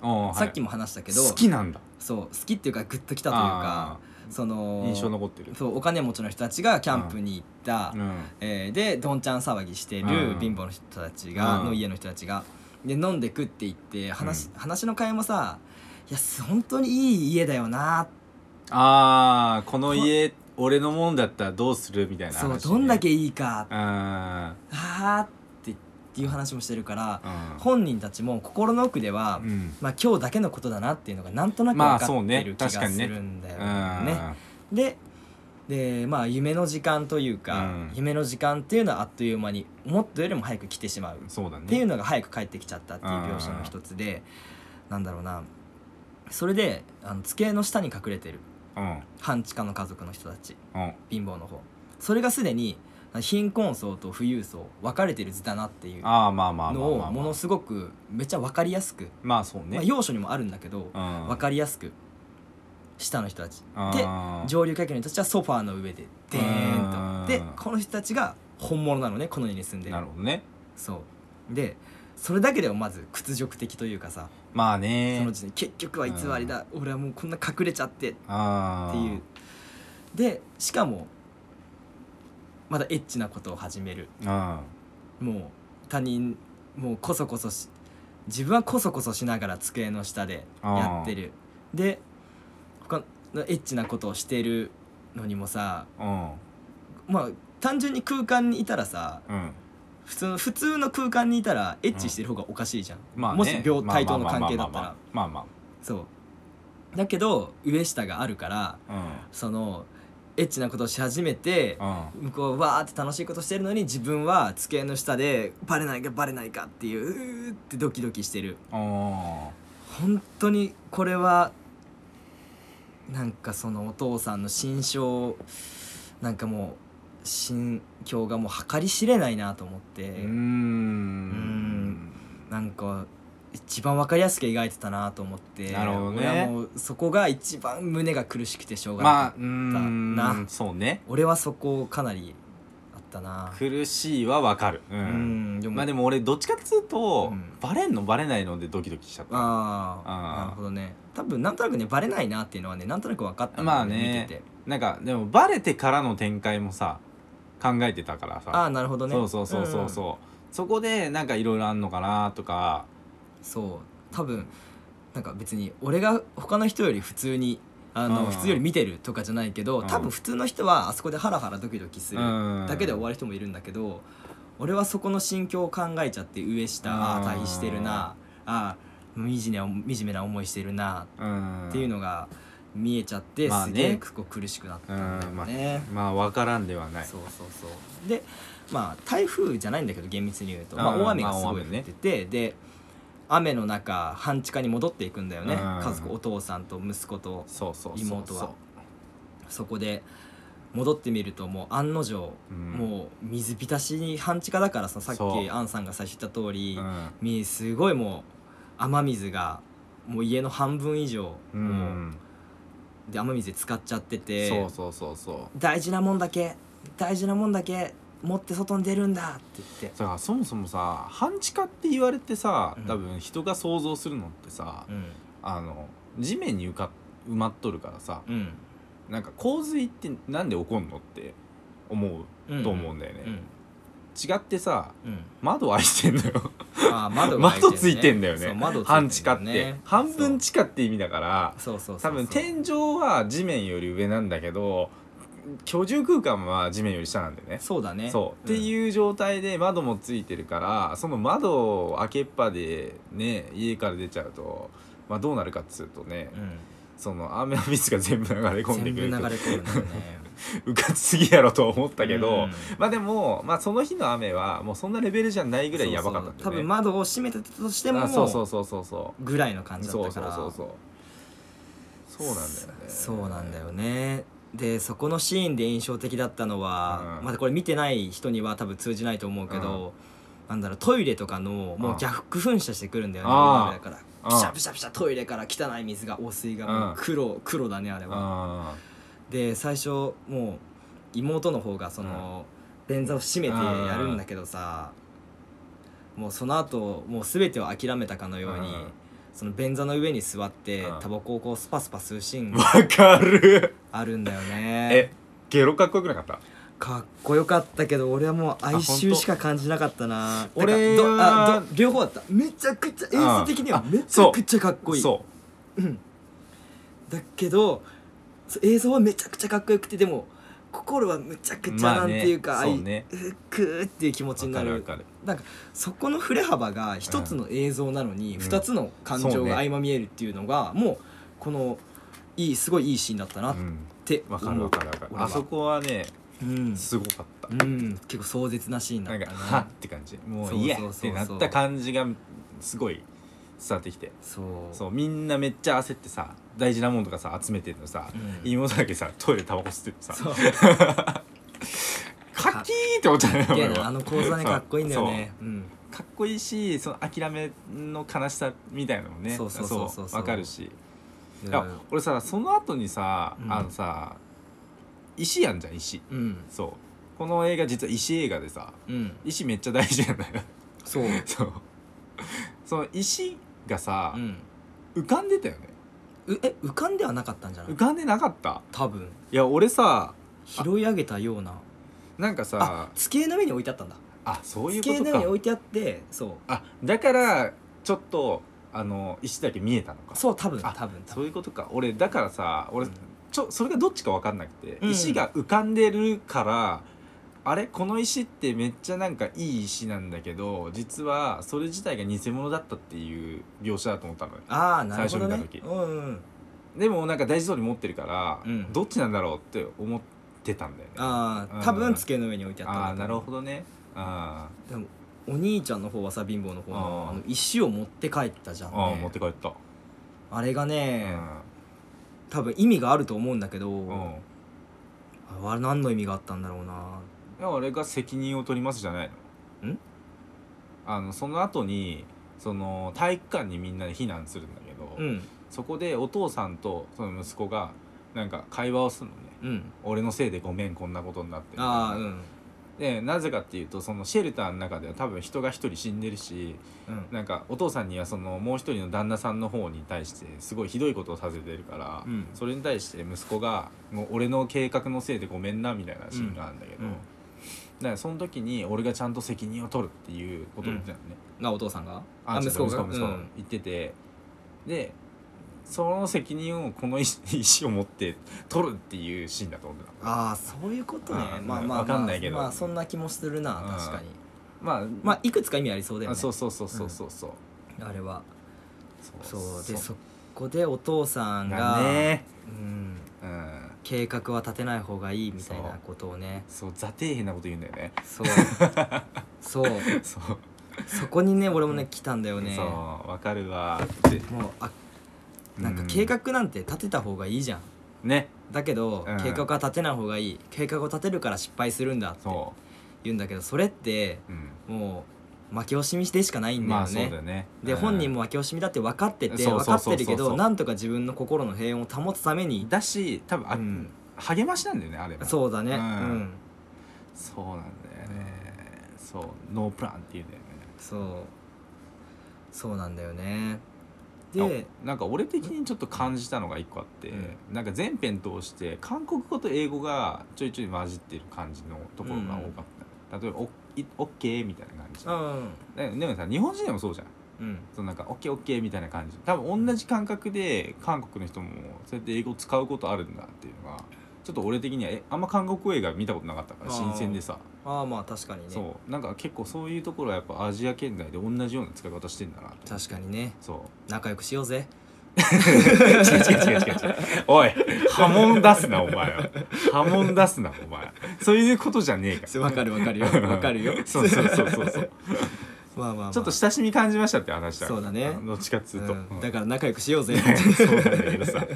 Speaker 2: おー
Speaker 1: さっき
Speaker 2: は
Speaker 1: も話したけ
Speaker 2: い
Speaker 1: ど
Speaker 2: 好きなんだ
Speaker 1: そう好きっていうかグッときたというかその
Speaker 2: 印象残ってる
Speaker 1: そうお金持ちの人たちがキャンプに行った、
Speaker 2: うん
Speaker 1: えーでどんちゃん騒ぎして
Speaker 2: う
Speaker 1: る
Speaker 2: ん
Speaker 1: 貧乏の人たちが、
Speaker 2: うん
Speaker 1: の家の人たちがで飲んでくって言って話,、話の会もさ「いや本当にいい家だよな」
Speaker 2: ああこの家俺のもんだったらどうするみたいな話
Speaker 1: そ
Speaker 2: ね
Speaker 1: うどんだけいいか
Speaker 2: あ
Speaker 1: あーってっていう話もしてるから
Speaker 2: あ
Speaker 1: 本人たちも心の奥では、
Speaker 2: うん
Speaker 1: まあ、今日だけのことだなっていうのがなんとなく
Speaker 2: まあ
Speaker 1: 分か
Speaker 2: そう
Speaker 1: っ
Speaker 2: ね
Speaker 1: てる気が
Speaker 2: 確か
Speaker 1: す
Speaker 2: にね
Speaker 1: るんだよ
Speaker 2: う
Speaker 1: ね。
Speaker 2: ん
Speaker 1: ででまあ夢の時間というか、
Speaker 2: うん
Speaker 1: 夢の時間っていうのはあっという間にもっとよりも早く来てしまうっ
Speaker 2: そうだね
Speaker 1: ていうのが早く帰ってきちゃったっていう描写の一つで、なんだろうなそれであの机の下に隠れてる
Speaker 2: うん
Speaker 1: 半地下の家族の人たち
Speaker 2: うん
Speaker 1: 貧乏の方それがすでに貧困層と富裕層分かれてる図だなっていう
Speaker 2: ああまあまあまあ
Speaker 1: の
Speaker 2: ま
Speaker 1: を
Speaker 2: あ
Speaker 1: も
Speaker 2: ま
Speaker 1: の
Speaker 2: あ
Speaker 1: すごくめっちゃ分かりやすく、
Speaker 2: まあそう
Speaker 1: まあ、
Speaker 2: ね
Speaker 1: 要所にもあるんだけど
Speaker 2: うん
Speaker 1: 分かりやすく下の人たちで
Speaker 2: あー
Speaker 1: 上流階級の人たちはソファーの上ででーんとで
Speaker 2: うん
Speaker 1: この人たちが本物なのねこの家に住んで
Speaker 2: なるほどね
Speaker 1: そうでそれだけでもまず屈辱的というかさ
Speaker 2: まあ
Speaker 1: そ
Speaker 2: ね
Speaker 1: の時点で結局は偽りだ俺はもうこんな隠れちゃってっ
Speaker 2: あ
Speaker 1: ていうでしかもまだエッチなことを始める
Speaker 2: うんあ
Speaker 1: もう他人もうこそこそし自分はこそこそしながら机の下でやってるで他のエッチなことをしてるのにもさ
Speaker 2: うん
Speaker 1: まあ単純に空間にいたらさ
Speaker 2: うん
Speaker 1: 普通の普通の空間にいたらエッチしてる方がおかしいじゃん、
Speaker 2: まあね
Speaker 1: もし病対等の関係だったら
Speaker 2: まあまあ
Speaker 1: そうだけど上下があるから
Speaker 2: まあまあまあま
Speaker 1: そのエッチなことをし始めて
Speaker 2: あまあ
Speaker 1: 向こうわーって楽しいことしてるのに自分は机の下でバレないかバレないかっていううーってドキドキしてる
Speaker 2: うんうん
Speaker 1: 本当にこれはなんかそのお父さんの心象なんかもう心境がもう計り知れないなと思って、
Speaker 2: うーん
Speaker 1: なんか一番わかりやすく描いてたなと思って
Speaker 2: なるほどね
Speaker 1: 俺はもうそこが一番胸が苦しくてしょうがない、
Speaker 2: まあうーん
Speaker 1: だな
Speaker 2: そうね
Speaker 1: 俺はそこかなりあったな
Speaker 2: 苦しいはわかるう
Speaker 1: うんんでも
Speaker 2: まあでも俺どっちかっつうと、
Speaker 1: うん
Speaker 2: バレんのバレないのでドキドキしちゃった
Speaker 1: あ
Speaker 2: あ
Speaker 1: あ
Speaker 2: ー
Speaker 1: なるほどね多分なんとなくねバレないなっていうのはねなんとなく分かったんだよ
Speaker 2: まあね
Speaker 1: 見てて
Speaker 2: なんかでもバレてからの展開もさ考えてたからさ
Speaker 1: ああなるほどね
Speaker 2: そうそうそうそうそう、そこでなんかいろいろあんのかなとか
Speaker 1: うんそう多分なんか別に俺が他の人より普通にあの
Speaker 2: うん
Speaker 1: 普通より見てるとかじゃないけど
Speaker 2: うん
Speaker 1: 多分普通の人はあそこでハラハラドキドキするだけで終わる
Speaker 2: り
Speaker 1: 人もいるんだけど俺はそこの心境を考えちゃって上下
Speaker 2: うん
Speaker 1: ああ対比してるなああ惨めな惨めな思いしてるな
Speaker 2: うん
Speaker 1: っていうのが見えちゃって、
Speaker 2: まあ
Speaker 1: す
Speaker 2: ね
Speaker 1: げえこう苦しくなったんだよね、
Speaker 2: まあ分からんではない
Speaker 1: そうそうそうでまあ台風じゃないんだけど厳密に言うと、まあ、
Speaker 2: うん
Speaker 1: 大雨がすご
Speaker 2: まあ大
Speaker 1: い
Speaker 2: 雨
Speaker 1: 降
Speaker 2: ね
Speaker 1: ってて、で雨の中半地下に戻っていくんだよね、
Speaker 2: うん
Speaker 1: 家族お父さんと息子と
Speaker 2: そうそうそうそう
Speaker 1: 妹はそこで戻ってみるともう案の定
Speaker 2: うん
Speaker 1: もう水浸しに半地下だからささっ
Speaker 2: そう
Speaker 1: きアンさんが最初言った通り
Speaker 2: う、ん
Speaker 1: みすごいもう雨水がもう家の半分以上、
Speaker 2: う
Speaker 1: も
Speaker 2: ん
Speaker 1: うで雨水使っちゃってて
Speaker 2: そうそうそうそう
Speaker 1: 大事なもんだけ大事なもんだけ持って外に出るんだって言って、
Speaker 2: だからそもそもさ半地下って言われてさ
Speaker 1: うん
Speaker 2: 多分人が想像するのってさ、
Speaker 1: うん
Speaker 2: あの地面に浮か埋まっとるからさ
Speaker 1: うん
Speaker 2: なんか洪水ってなんで起こんのって思うと思うんだよね、
Speaker 1: うん
Speaker 2: 違ってさ
Speaker 1: うん
Speaker 2: 窓開いてんのよ
Speaker 1: あー窓が開
Speaker 2: 窓ついてんだよ
Speaker 1: そう
Speaker 2: ね
Speaker 1: 窓ついてんだよね
Speaker 2: 半地下って半分
Speaker 1: 地
Speaker 2: 地下って意味だから
Speaker 1: そうそうそ
Speaker 2: 多
Speaker 1: うそう
Speaker 2: 分天井は地面より上なんだけど居住空間は地面より下なんだよね
Speaker 1: そうだね
Speaker 2: そうって
Speaker 1: う
Speaker 2: いう状態で窓もついてるからその窓を開けっぱでね家から出ちゃうと、まあ、どうなるかっつうとね、
Speaker 1: ん、うん、
Speaker 2: その雨の水が全部流れ込んで
Speaker 1: 全
Speaker 2: く
Speaker 1: 部
Speaker 2: る
Speaker 1: 流れ
Speaker 2: と
Speaker 1: 込むんだよ
Speaker 2: <laughs>
Speaker 1: ね
Speaker 2: うかつすぎやろと思ったけど、
Speaker 1: うん
Speaker 2: まあでも、まあ、その日の雨はもうそんなレベルじゃないぐらいやばかったんだ
Speaker 1: そうそう多
Speaker 2: よね
Speaker 1: 分窓を閉めてたとしても
Speaker 2: あそうそうそうそうそう
Speaker 1: ぐらいの感じだ
Speaker 2: そ
Speaker 1: っ
Speaker 2: う
Speaker 1: たか
Speaker 2: そう
Speaker 1: ら
Speaker 2: そうそうそうなんだよね
Speaker 1: そうなんだよねでそこのシーンで印象的だったのは、
Speaker 2: うん
Speaker 1: まだこれ見てない人には多分通じないと思うけど、なんだろうトイレとかのも
Speaker 2: う
Speaker 1: うん逆噴射してくるんだよね、
Speaker 2: あー
Speaker 1: だから
Speaker 2: うん
Speaker 1: ピシャピシャピシャトイレから汚い水が汚水がもう黒、黒だねあれは、
Speaker 2: あ
Speaker 1: で最初もう妹の方がその便座を閉めてやるんだけどさもうその後もう全てを諦めたかのように
Speaker 2: うん
Speaker 1: その便座の上に座って
Speaker 2: うん
Speaker 1: タバコをこうスパスパ吸うシーン
Speaker 2: ー
Speaker 1: が
Speaker 2: わかる
Speaker 1: あるんだよ
Speaker 2: え
Speaker 1: ね
Speaker 2: ゲロかっこよくなかった
Speaker 1: かっこよかったけど俺はもう哀愁
Speaker 2: あ
Speaker 1: しか感じなかったな
Speaker 2: 本当俺は
Speaker 1: てかどあど両方だっためちゃくちゃ演出的には
Speaker 2: うんあ
Speaker 1: めちゃくちゃかっこいい
Speaker 2: そ
Speaker 1: だけどそう映像はめちゃくちゃかっこよくてでも心はむちゃく
Speaker 2: う
Speaker 1: ちゃなんていうか、
Speaker 2: まあ
Speaker 1: あ
Speaker 2: ね
Speaker 1: い
Speaker 2: そうね
Speaker 1: くーっていう気持ちになる
Speaker 2: わかる
Speaker 1: なんかそこの振れ幅が一つの映像なのに
Speaker 2: うん
Speaker 1: 二つの感情が
Speaker 2: そうね
Speaker 1: 相まみえるっていうのがもうこのいいすごいいいシーンだったなっ
Speaker 2: わかるうん
Speaker 1: て
Speaker 2: わかる
Speaker 1: 思
Speaker 2: わ
Speaker 1: う
Speaker 2: かるわか
Speaker 1: 俺
Speaker 2: る
Speaker 1: は
Speaker 2: あそこはね
Speaker 1: うん、
Speaker 2: すごかった
Speaker 1: うん、結構壮絶なシーンだ
Speaker 2: な
Speaker 1: っ
Speaker 2: んか
Speaker 1: た
Speaker 2: はっ
Speaker 1: ね
Speaker 2: って感じも
Speaker 1: そうう
Speaker 2: いや
Speaker 1: そう
Speaker 2: っ
Speaker 1: そうそう
Speaker 2: てなった感じがすごい伝わってきて
Speaker 1: そう
Speaker 2: そうみんなめっちゃ焦ってさ大事なものとかさ集めてるのさ
Speaker 1: うん
Speaker 2: 妹だけさトイレタバコ吸ってるのさ
Speaker 1: そう
Speaker 2: カキーって思っちゃうよ
Speaker 1: い
Speaker 2: 俺
Speaker 1: や
Speaker 2: は
Speaker 1: あの構座ねかっこいいんだよねうん
Speaker 2: かっこいいしその諦めの悲しさみたいなのもね
Speaker 1: そうそうそうそう
Speaker 2: わかるし、
Speaker 1: う
Speaker 2: い
Speaker 1: ん
Speaker 2: や俺さその後にさ、
Speaker 1: うん
Speaker 2: あのさ石やんじゃん石
Speaker 1: うん
Speaker 2: そうこの映画実は石映画でさ
Speaker 1: うん
Speaker 2: 石めっちゃ大事なんだよ <laughs>
Speaker 1: そう
Speaker 2: そうその石がさ
Speaker 1: う、ん
Speaker 2: 浮かんでたよね
Speaker 1: うえ浮かんではなかったんじゃな
Speaker 2: 浮
Speaker 1: い
Speaker 2: かんでなかった
Speaker 1: 多分
Speaker 2: いや俺さ
Speaker 1: 拾い上げたような
Speaker 2: なんか
Speaker 1: あ
Speaker 2: さ
Speaker 1: 机の上に置いてあったんだ
Speaker 2: あそういう
Speaker 1: 机
Speaker 2: こ
Speaker 1: の上に置
Speaker 2: とか
Speaker 1: いてあってそう
Speaker 2: あだからちょっとあの石だけ見えたのか
Speaker 1: そう多分多
Speaker 2: あ
Speaker 1: 分多
Speaker 2: そう
Speaker 1: 分
Speaker 2: いうことか俺だからさ俺、
Speaker 1: うん
Speaker 2: ちょそれがどっちか分かんなくて、
Speaker 1: うん
Speaker 2: 石が浮かんでるからあれこの石ってめっちゃなんかいい石なんだけど実はそれ自体が偽物だったっていう描写だと思ったのよ
Speaker 1: ああなるほどね
Speaker 2: 最初見た時
Speaker 1: うんうん
Speaker 2: でもなんか大事そうに持ってるから、
Speaker 1: うん
Speaker 2: どっちなんだろうって思ってたんだよね
Speaker 1: あ
Speaker 2: う
Speaker 1: あ
Speaker 2: ん
Speaker 1: 多分机の上に置いてあったんだ
Speaker 2: あ
Speaker 1: と
Speaker 2: ー
Speaker 1: 思う
Speaker 2: なるほどねあ
Speaker 1: でもお兄ちゃんの方はさ貧乏の方の
Speaker 2: あ
Speaker 1: あ
Speaker 2: ー
Speaker 1: の石を持って帰ったじゃ
Speaker 2: ー、
Speaker 1: ん、
Speaker 2: あー
Speaker 1: ね
Speaker 2: 持って帰った、
Speaker 1: あれが
Speaker 2: うん
Speaker 1: ね、多分意味があると思うんだけど、
Speaker 2: うん
Speaker 1: あれ何の意味があったんだろうない
Speaker 2: や俺が責任を取りますじゃないの
Speaker 1: ん
Speaker 2: あのその後にその体育館にみんなで避難するんだけど、
Speaker 1: うん
Speaker 2: そこでお父さんとその息子がなんか会話をするのね
Speaker 1: うん
Speaker 2: 俺のせいでごめんこんなことになって
Speaker 1: ああうん
Speaker 2: でなぜかっていうとそのシェルターの中では多分人が一人死んでるし
Speaker 1: うん
Speaker 2: なんかお父さんにはそのもう一人の旦那さんの方に対してすごいひどいことをさせてるから、
Speaker 1: うん
Speaker 2: それに対して息子が「もう俺の計画のせいでごめんな」みたいなシーンがあるんだけど、
Speaker 1: うんうん
Speaker 2: だからその時に俺がちゃんと責任を取るっていうことを言ってたのね、
Speaker 1: なお父さんが
Speaker 2: あ
Speaker 1: 息子
Speaker 2: 息
Speaker 1: が
Speaker 2: 子息子
Speaker 1: うん
Speaker 2: 言っててでその責任をこの石石を持って取るっていうシーンだと思ってた
Speaker 1: ああそういうことね
Speaker 2: あー
Speaker 1: まあまあ、まあ、
Speaker 2: わかんないけど
Speaker 1: まあそんな気もするな
Speaker 2: うん
Speaker 1: 確かに、
Speaker 2: まあ
Speaker 1: まあいくつか意味ありそうだよ
Speaker 2: あ
Speaker 1: ね
Speaker 2: そうそうそうそうそうそう
Speaker 1: あれはそうで
Speaker 2: そ
Speaker 1: そこでお父さ
Speaker 2: うん
Speaker 1: が、
Speaker 2: だね
Speaker 1: うん、
Speaker 2: うん
Speaker 1: 計画は立てない方がいいみたいなことをね
Speaker 2: そう座底辺なこと言うんだよね
Speaker 1: そう <laughs> そう
Speaker 2: そう
Speaker 1: そこにね俺もね来たんだよね
Speaker 2: そうわかるわで
Speaker 1: もうあなんか計画なんて立てた方がいいじゃん、
Speaker 2: ね
Speaker 1: だけど、
Speaker 2: うん
Speaker 1: 計画は立てない方がいい計画を立てるから失敗するんだって
Speaker 2: そ
Speaker 1: 言うんだけどそれって
Speaker 2: う、うん
Speaker 1: もう負け惜しみでしかないんだよね、
Speaker 2: まあそうだよね
Speaker 1: で、
Speaker 2: うん
Speaker 1: 本人も負け惜しみだって分かってて
Speaker 2: そう
Speaker 1: 分
Speaker 2: そ
Speaker 1: か
Speaker 2: う
Speaker 1: っ
Speaker 2: そうそうそう
Speaker 1: てるけどなんとか自分の心の平穏を保つために
Speaker 2: だし多分あ、
Speaker 1: うん
Speaker 2: 励ましなんだよねあれも
Speaker 1: そうだねう、
Speaker 2: うんんそうなんだよねそうノープランっていうんだよね
Speaker 1: そうそうなんだよねで
Speaker 2: あなんか俺的にちょっと感じたのが一個あって、
Speaker 1: うん
Speaker 2: なんか全編通して韓国語と英語がちょいちょい混じってる感じのところが多かった、例えば「オッいオッケーみたいな感じ
Speaker 1: うん
Speaker 2: ででもさ日本人でもそうじゃん
Speaker 1: うん
Speaker 2: そのなんかオッケーオッケーみたいな感じ多分同じ感覚で韓国の人もそうやって英語使うことあるんだっていうのがちょっと俺的にはえあんま韓国映画見たことなかったから
Speaker 1: あー
Speaker 2: 新鮮でさ、
Speaker 1: ああまあ確かにね
Speaker 2: そうなんか結構そういうところはやっぱアジア圏内で同じような使い方してんだなって
Speaker 1: 確かにね
Speaker 2: そう
Speaker 1: 仲良くしようぜ
Speaker 2: 違う違う違う違う違うおい波紋出すなお前は波紋出すなお前そういうことじゃねえか
Speaker 1: わかるわかる
Speaker 2: <laughs>
Speaker 1: よ
Speaker 2: ら
Speaker 1: わかるよ
Speaker 2: そうそうそうそう
Speaker 1: <laughs>
Speaker 2: そう
Speaker 1: まあまあ、まあ、
Speaker 2: ちょっと親しみ感じましたって話だから
Speaker 1: そうだね
Speaker 2: どっちかっつうと、
Speaker 1: うんだから仲良くしよ
Speaker 2: <laughs>
Speaker 1: うぜ
Speaker 2: そうなんだけど <laughs> さ、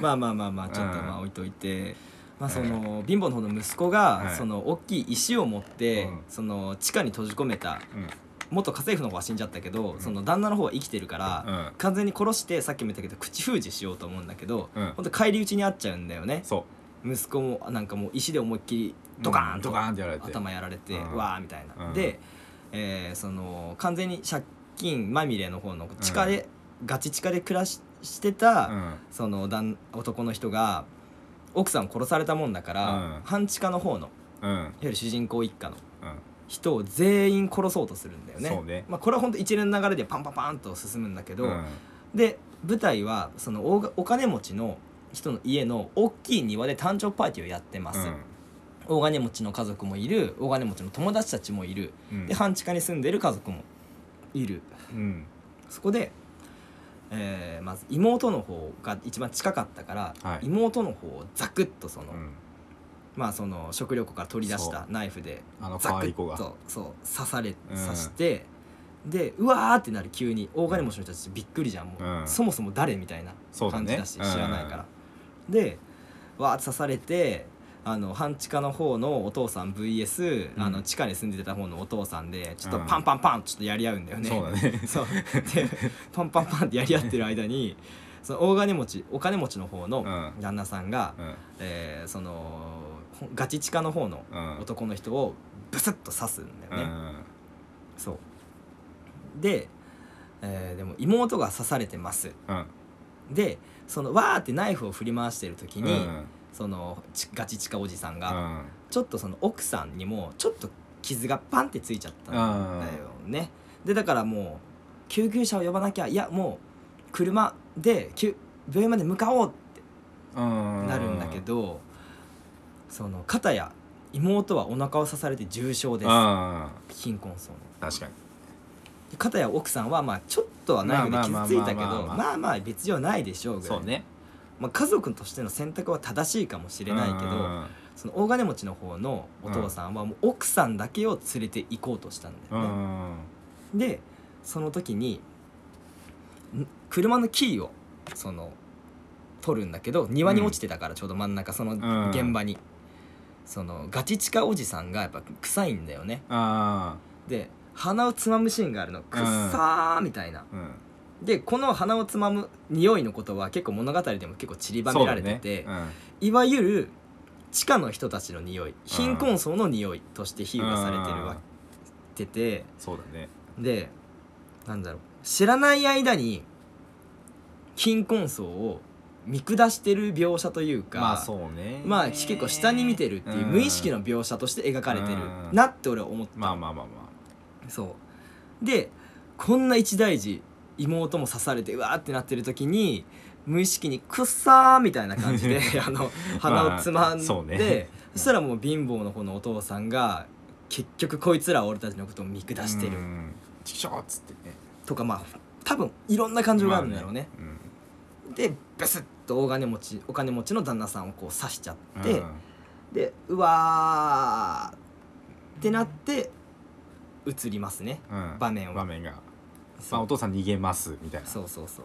Speaker 1: まあまあまあまあちょっと
Speaker 2: うん
Speaker 1: まあ置いといて、まあ、その貧乏の方の息子が、
Speaker 2: はい
Speaker 1: その大きい石を持って、
Speaker 2: うん
Speaker 1: その地下に閉じ込めた
Speaker 2: うん、うん
Speaker 1: 元家政婦の方は死んじゃったけど、
Speaker 2: ん
Speaker 1: その旦那の方は生きてるから、
Speaker 2: うん
Speaker 1: 完全に殺してさっきも言ったけど口封じしようと思うんだけど、
Speaker 2: うん
Speaker 1: ほんと返り討ちにあっちゃうんだよね
Speaker 2: そ
Speaker 1: 息子もなんかもう石で思いっきり
Speaker 2: う
Speaker 1: ドカーン
Speaker 2: ド
Speaker 1: と
Speaker 2: カーンってやられて
Speaker 1: 頭やられて、
Speaker 2: うん
Speaker 1: わーみたいな、
Speaker 2: うん
Speaker 1: で、えーその完全に借金まみれの方の地下で、ガチ地下で暮らししてた、
Speaker 2: うん
Speaker 1: その男男の人が奥さんを殺されたもんだから、
Speaker 2: うん
Speaker 1: 半地下の方のいわ
Speaker 2: うん
Speaker 1: ゆる主人公一家の
Speaker 2: うん
Speaker 1: 人を全員殺そうとするんだよね
Speaker 2: そうね
Speaker 1: まあ、これは本当一連の流れでパンパンパンと進むんだけど、
Speaker 2: うん
Speaker 1: で舞台はそのおお金持ちの人の家の大きい庭で誕生パーティーをやってます、大金持ちの家族もいる大金持ちの友達たちもいる
Speaker 2: うん
Speaker 1: で半地下に住んでる家族もいる
Speaker 2: うん
Speaker 1: そこで、えーまず妹の方が一番近かったから、
Speaker 2: はい
Speaker 1: 妹の方をザクッとその、
Speaker 2: うん
Speaker 1: まあその食料庫から取り出したナイフで
Speaker 2: あの
Speaker 1: ザ
Speaker 2: 可
Speaker 1: ク
Speaker 2: 愛
Speaker 1: ッ
Speaker 2: い子が
Speaker 1: とそう刺され、
Speaker 2: うん
Speaker 1: 刺してでうわーってなる急に大金持ちの人たちびっくりじゃんもう、
Speaker 2: うん
Speaker 1: そもそも誰みたいな
Speaker 2: そうだ
Speaker 1: 感
Speaker 2: ね
Speaker 1: じだし
Speaker 2: うん
Speaker 1: 知らないから。でわーって刺されてあの半地下の方のお父さん VS、
Speaker 2: うん
Speaker 1: あの地下に住んでた方のお父さんでちょっと
Speaker 2: うん
Speaker 1: パンパンパンちょっとやり合うんだよね。
Speaker 2: そうだね
Speaker 1: <laughs> そうでパンパンパンってやり合ってる間にその大金持ちお金持ちの方の
Speaker 2: うん
Speaker 1: 旦那さんが、
Speaker 2: うん
Speaker 1: えーそのほガチ地下の方の
Speaker 2: うん
Speaker 1: 男の人をブスッと刺すんだ
Speaker 2: う
Speaker 1: よね、
Speaker 2: ん
Speaker 1: そうで、えーでも妹が刺されてます
Speaker 2: うん
Speaker 1: でそのわーってナイフを振り回してる時に、
Speaker 2: うん
Speaker 1: そのちガチ地下おじさん
Speaker 2: う
Speaker 1: が、
Speaker 2: ん
Speaker 1: ちょっとその奥さんにもちょっと傷がパンってついちゃったんだよだよねでだからもう救急車を呼ばなきゃいやもう車で救病院まで向かおうって
Speaker 2: うん
Speaker 1: なるんだけど、その片や妹はお腹を刺されて重傷で
Speaker 2: うん
Speaker 1: す貧困層の
Speaker 2: 確かに
Speaker 1: で片や奥さんはまあちょっとはナイフで
Speaker 2: まあまあ
Speaker 1: 傷ついたけど
Speaker 2: まあまあまあ
Speaker 1: まあまあ別状ないでしょうぐらい
Speaker 2: そうね
Speaker 1: まあ、家族としての選択は正しいかもしれないけど、その大金持ちの方のお父さんはもう奥さんだけを連れて行こうとしたんだ
Speaker 2: う
Speaker 1: よね、
Speaker 2: ん
Speaker 1: でその時にん車のキーをその取るんだけど庭に落ちてたからちょうど真ん中その
Speaker 2: ん
Speaker 1: 現場に、そのガチチカおじさんがやっぱ臭いんだよね
Speaker 2: あ
Speaker 1: で鼻をつまむシーンがあるのくっさーみたいな、
Speaker 2: ーうん
Speaker 1: でこの鼻をつまむ匂いのことは結構物語でも結構散りばめられてて、
Speaker 2: そうだね
Speaker 1: いわゆる地下の人たちの匂い貧困層の匂いとして比喩がされてる
Speaker 2: う
Speaker 1: わ
Speaker 2: ん
Speaker 1: けてて。
Speaker 2: そうだね
Speaker 1: でなんだろう知らない間に貧困層を見下してる描写というか、
Speaker 2: まあそうね
Speaker 1: まあ結構下に見てるっていう無意識の
Speaker 2: ん
Speaker 1: 描写として描かれてる
Speaker 2: うん
Speaker 1: なって俺は思った、
Speaker 2: まあまあまあま
Speaker 1: そうでこんな一大事妹も刺されてうわーってなってる時に無意識に「くっさー」みたいな感じで
Speaker 2: <laughs>
Speaker 1: あの鼻をつまんで、
Speaker 2: まあそうね
Speaker 1: そしたらもう貧乏の方のお父さんが結局こいつらは俺たちのことを見
Speaker 2: あ
Speaker 1: 下してる
Speaker 2: うんちくしょうっつってね
Speaker 1: とかまあ多分いろんな感情があるんだろうね,、
Speaker 2: ま
Speaker 1: でブスッと大金持ちお金持ちの旦那さんをこう刺しちゃ
Speaker 2: あ
Speaker 1: っ
Speaker 2: ね
Speaker 1: て、でうわーってなって映りますね
Speaker 2: うんうん
Speaker 1: 場面を
Speaker 2: 場面がまあ
Speaker 1: そ
Speaker 2: お
Speaker 1: う
Speaker 2: 父さん逃げますみたいな
Speaker 1: そうそうそう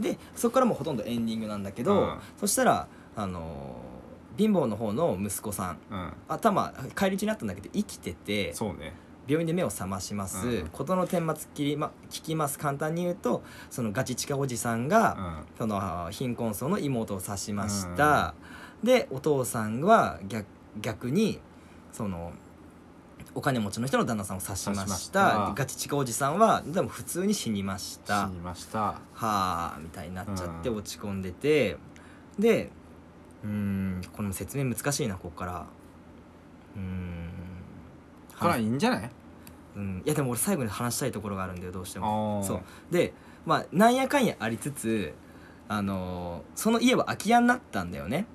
Speaker 1: でそこからもうほとんどエンディングなんだけど、
Speaker 2: うん
Speaker 1: そしたらあのー貧乏の方の息子さん
Speaker 2: うん
Speaker 1: 頭返り血になったんだけど生きてて
Speaker 2: そうね
Speaker 1: 病院で目を覚まします、
Speaker 2: うん
Speaker 1: 事の顛末切り、ま、聞きます簡単に言うとそのガチチカおじさんが、
Speaker 2: うん
Speaker 1: そのあ貧困層の妹を刺しました、でお父さんは逆逆にそのお金持ちの人の旦那さんを刺しました
Speaker 2: 刺しました
Speaker 1: でガチチカおじさんはでも普通に死にまし
Speaker 2: 死
Speaker 1: た
Speaker 2: にました
Speaker 1: はあみたいになっちゃって
Speaker 2: うん
Speaker 1: 落ち込んでて、でうーんこの説明難しいなここからうーん
Speaker 2: これはいいんじゃない
Speaker 1: うん、いやでも俺最後に話したいところがあるんだよどうしても
Speaker 2: ああ
Speaker 1: そうでまあなんやかんやありつつあのーその家は空き家になったんだよね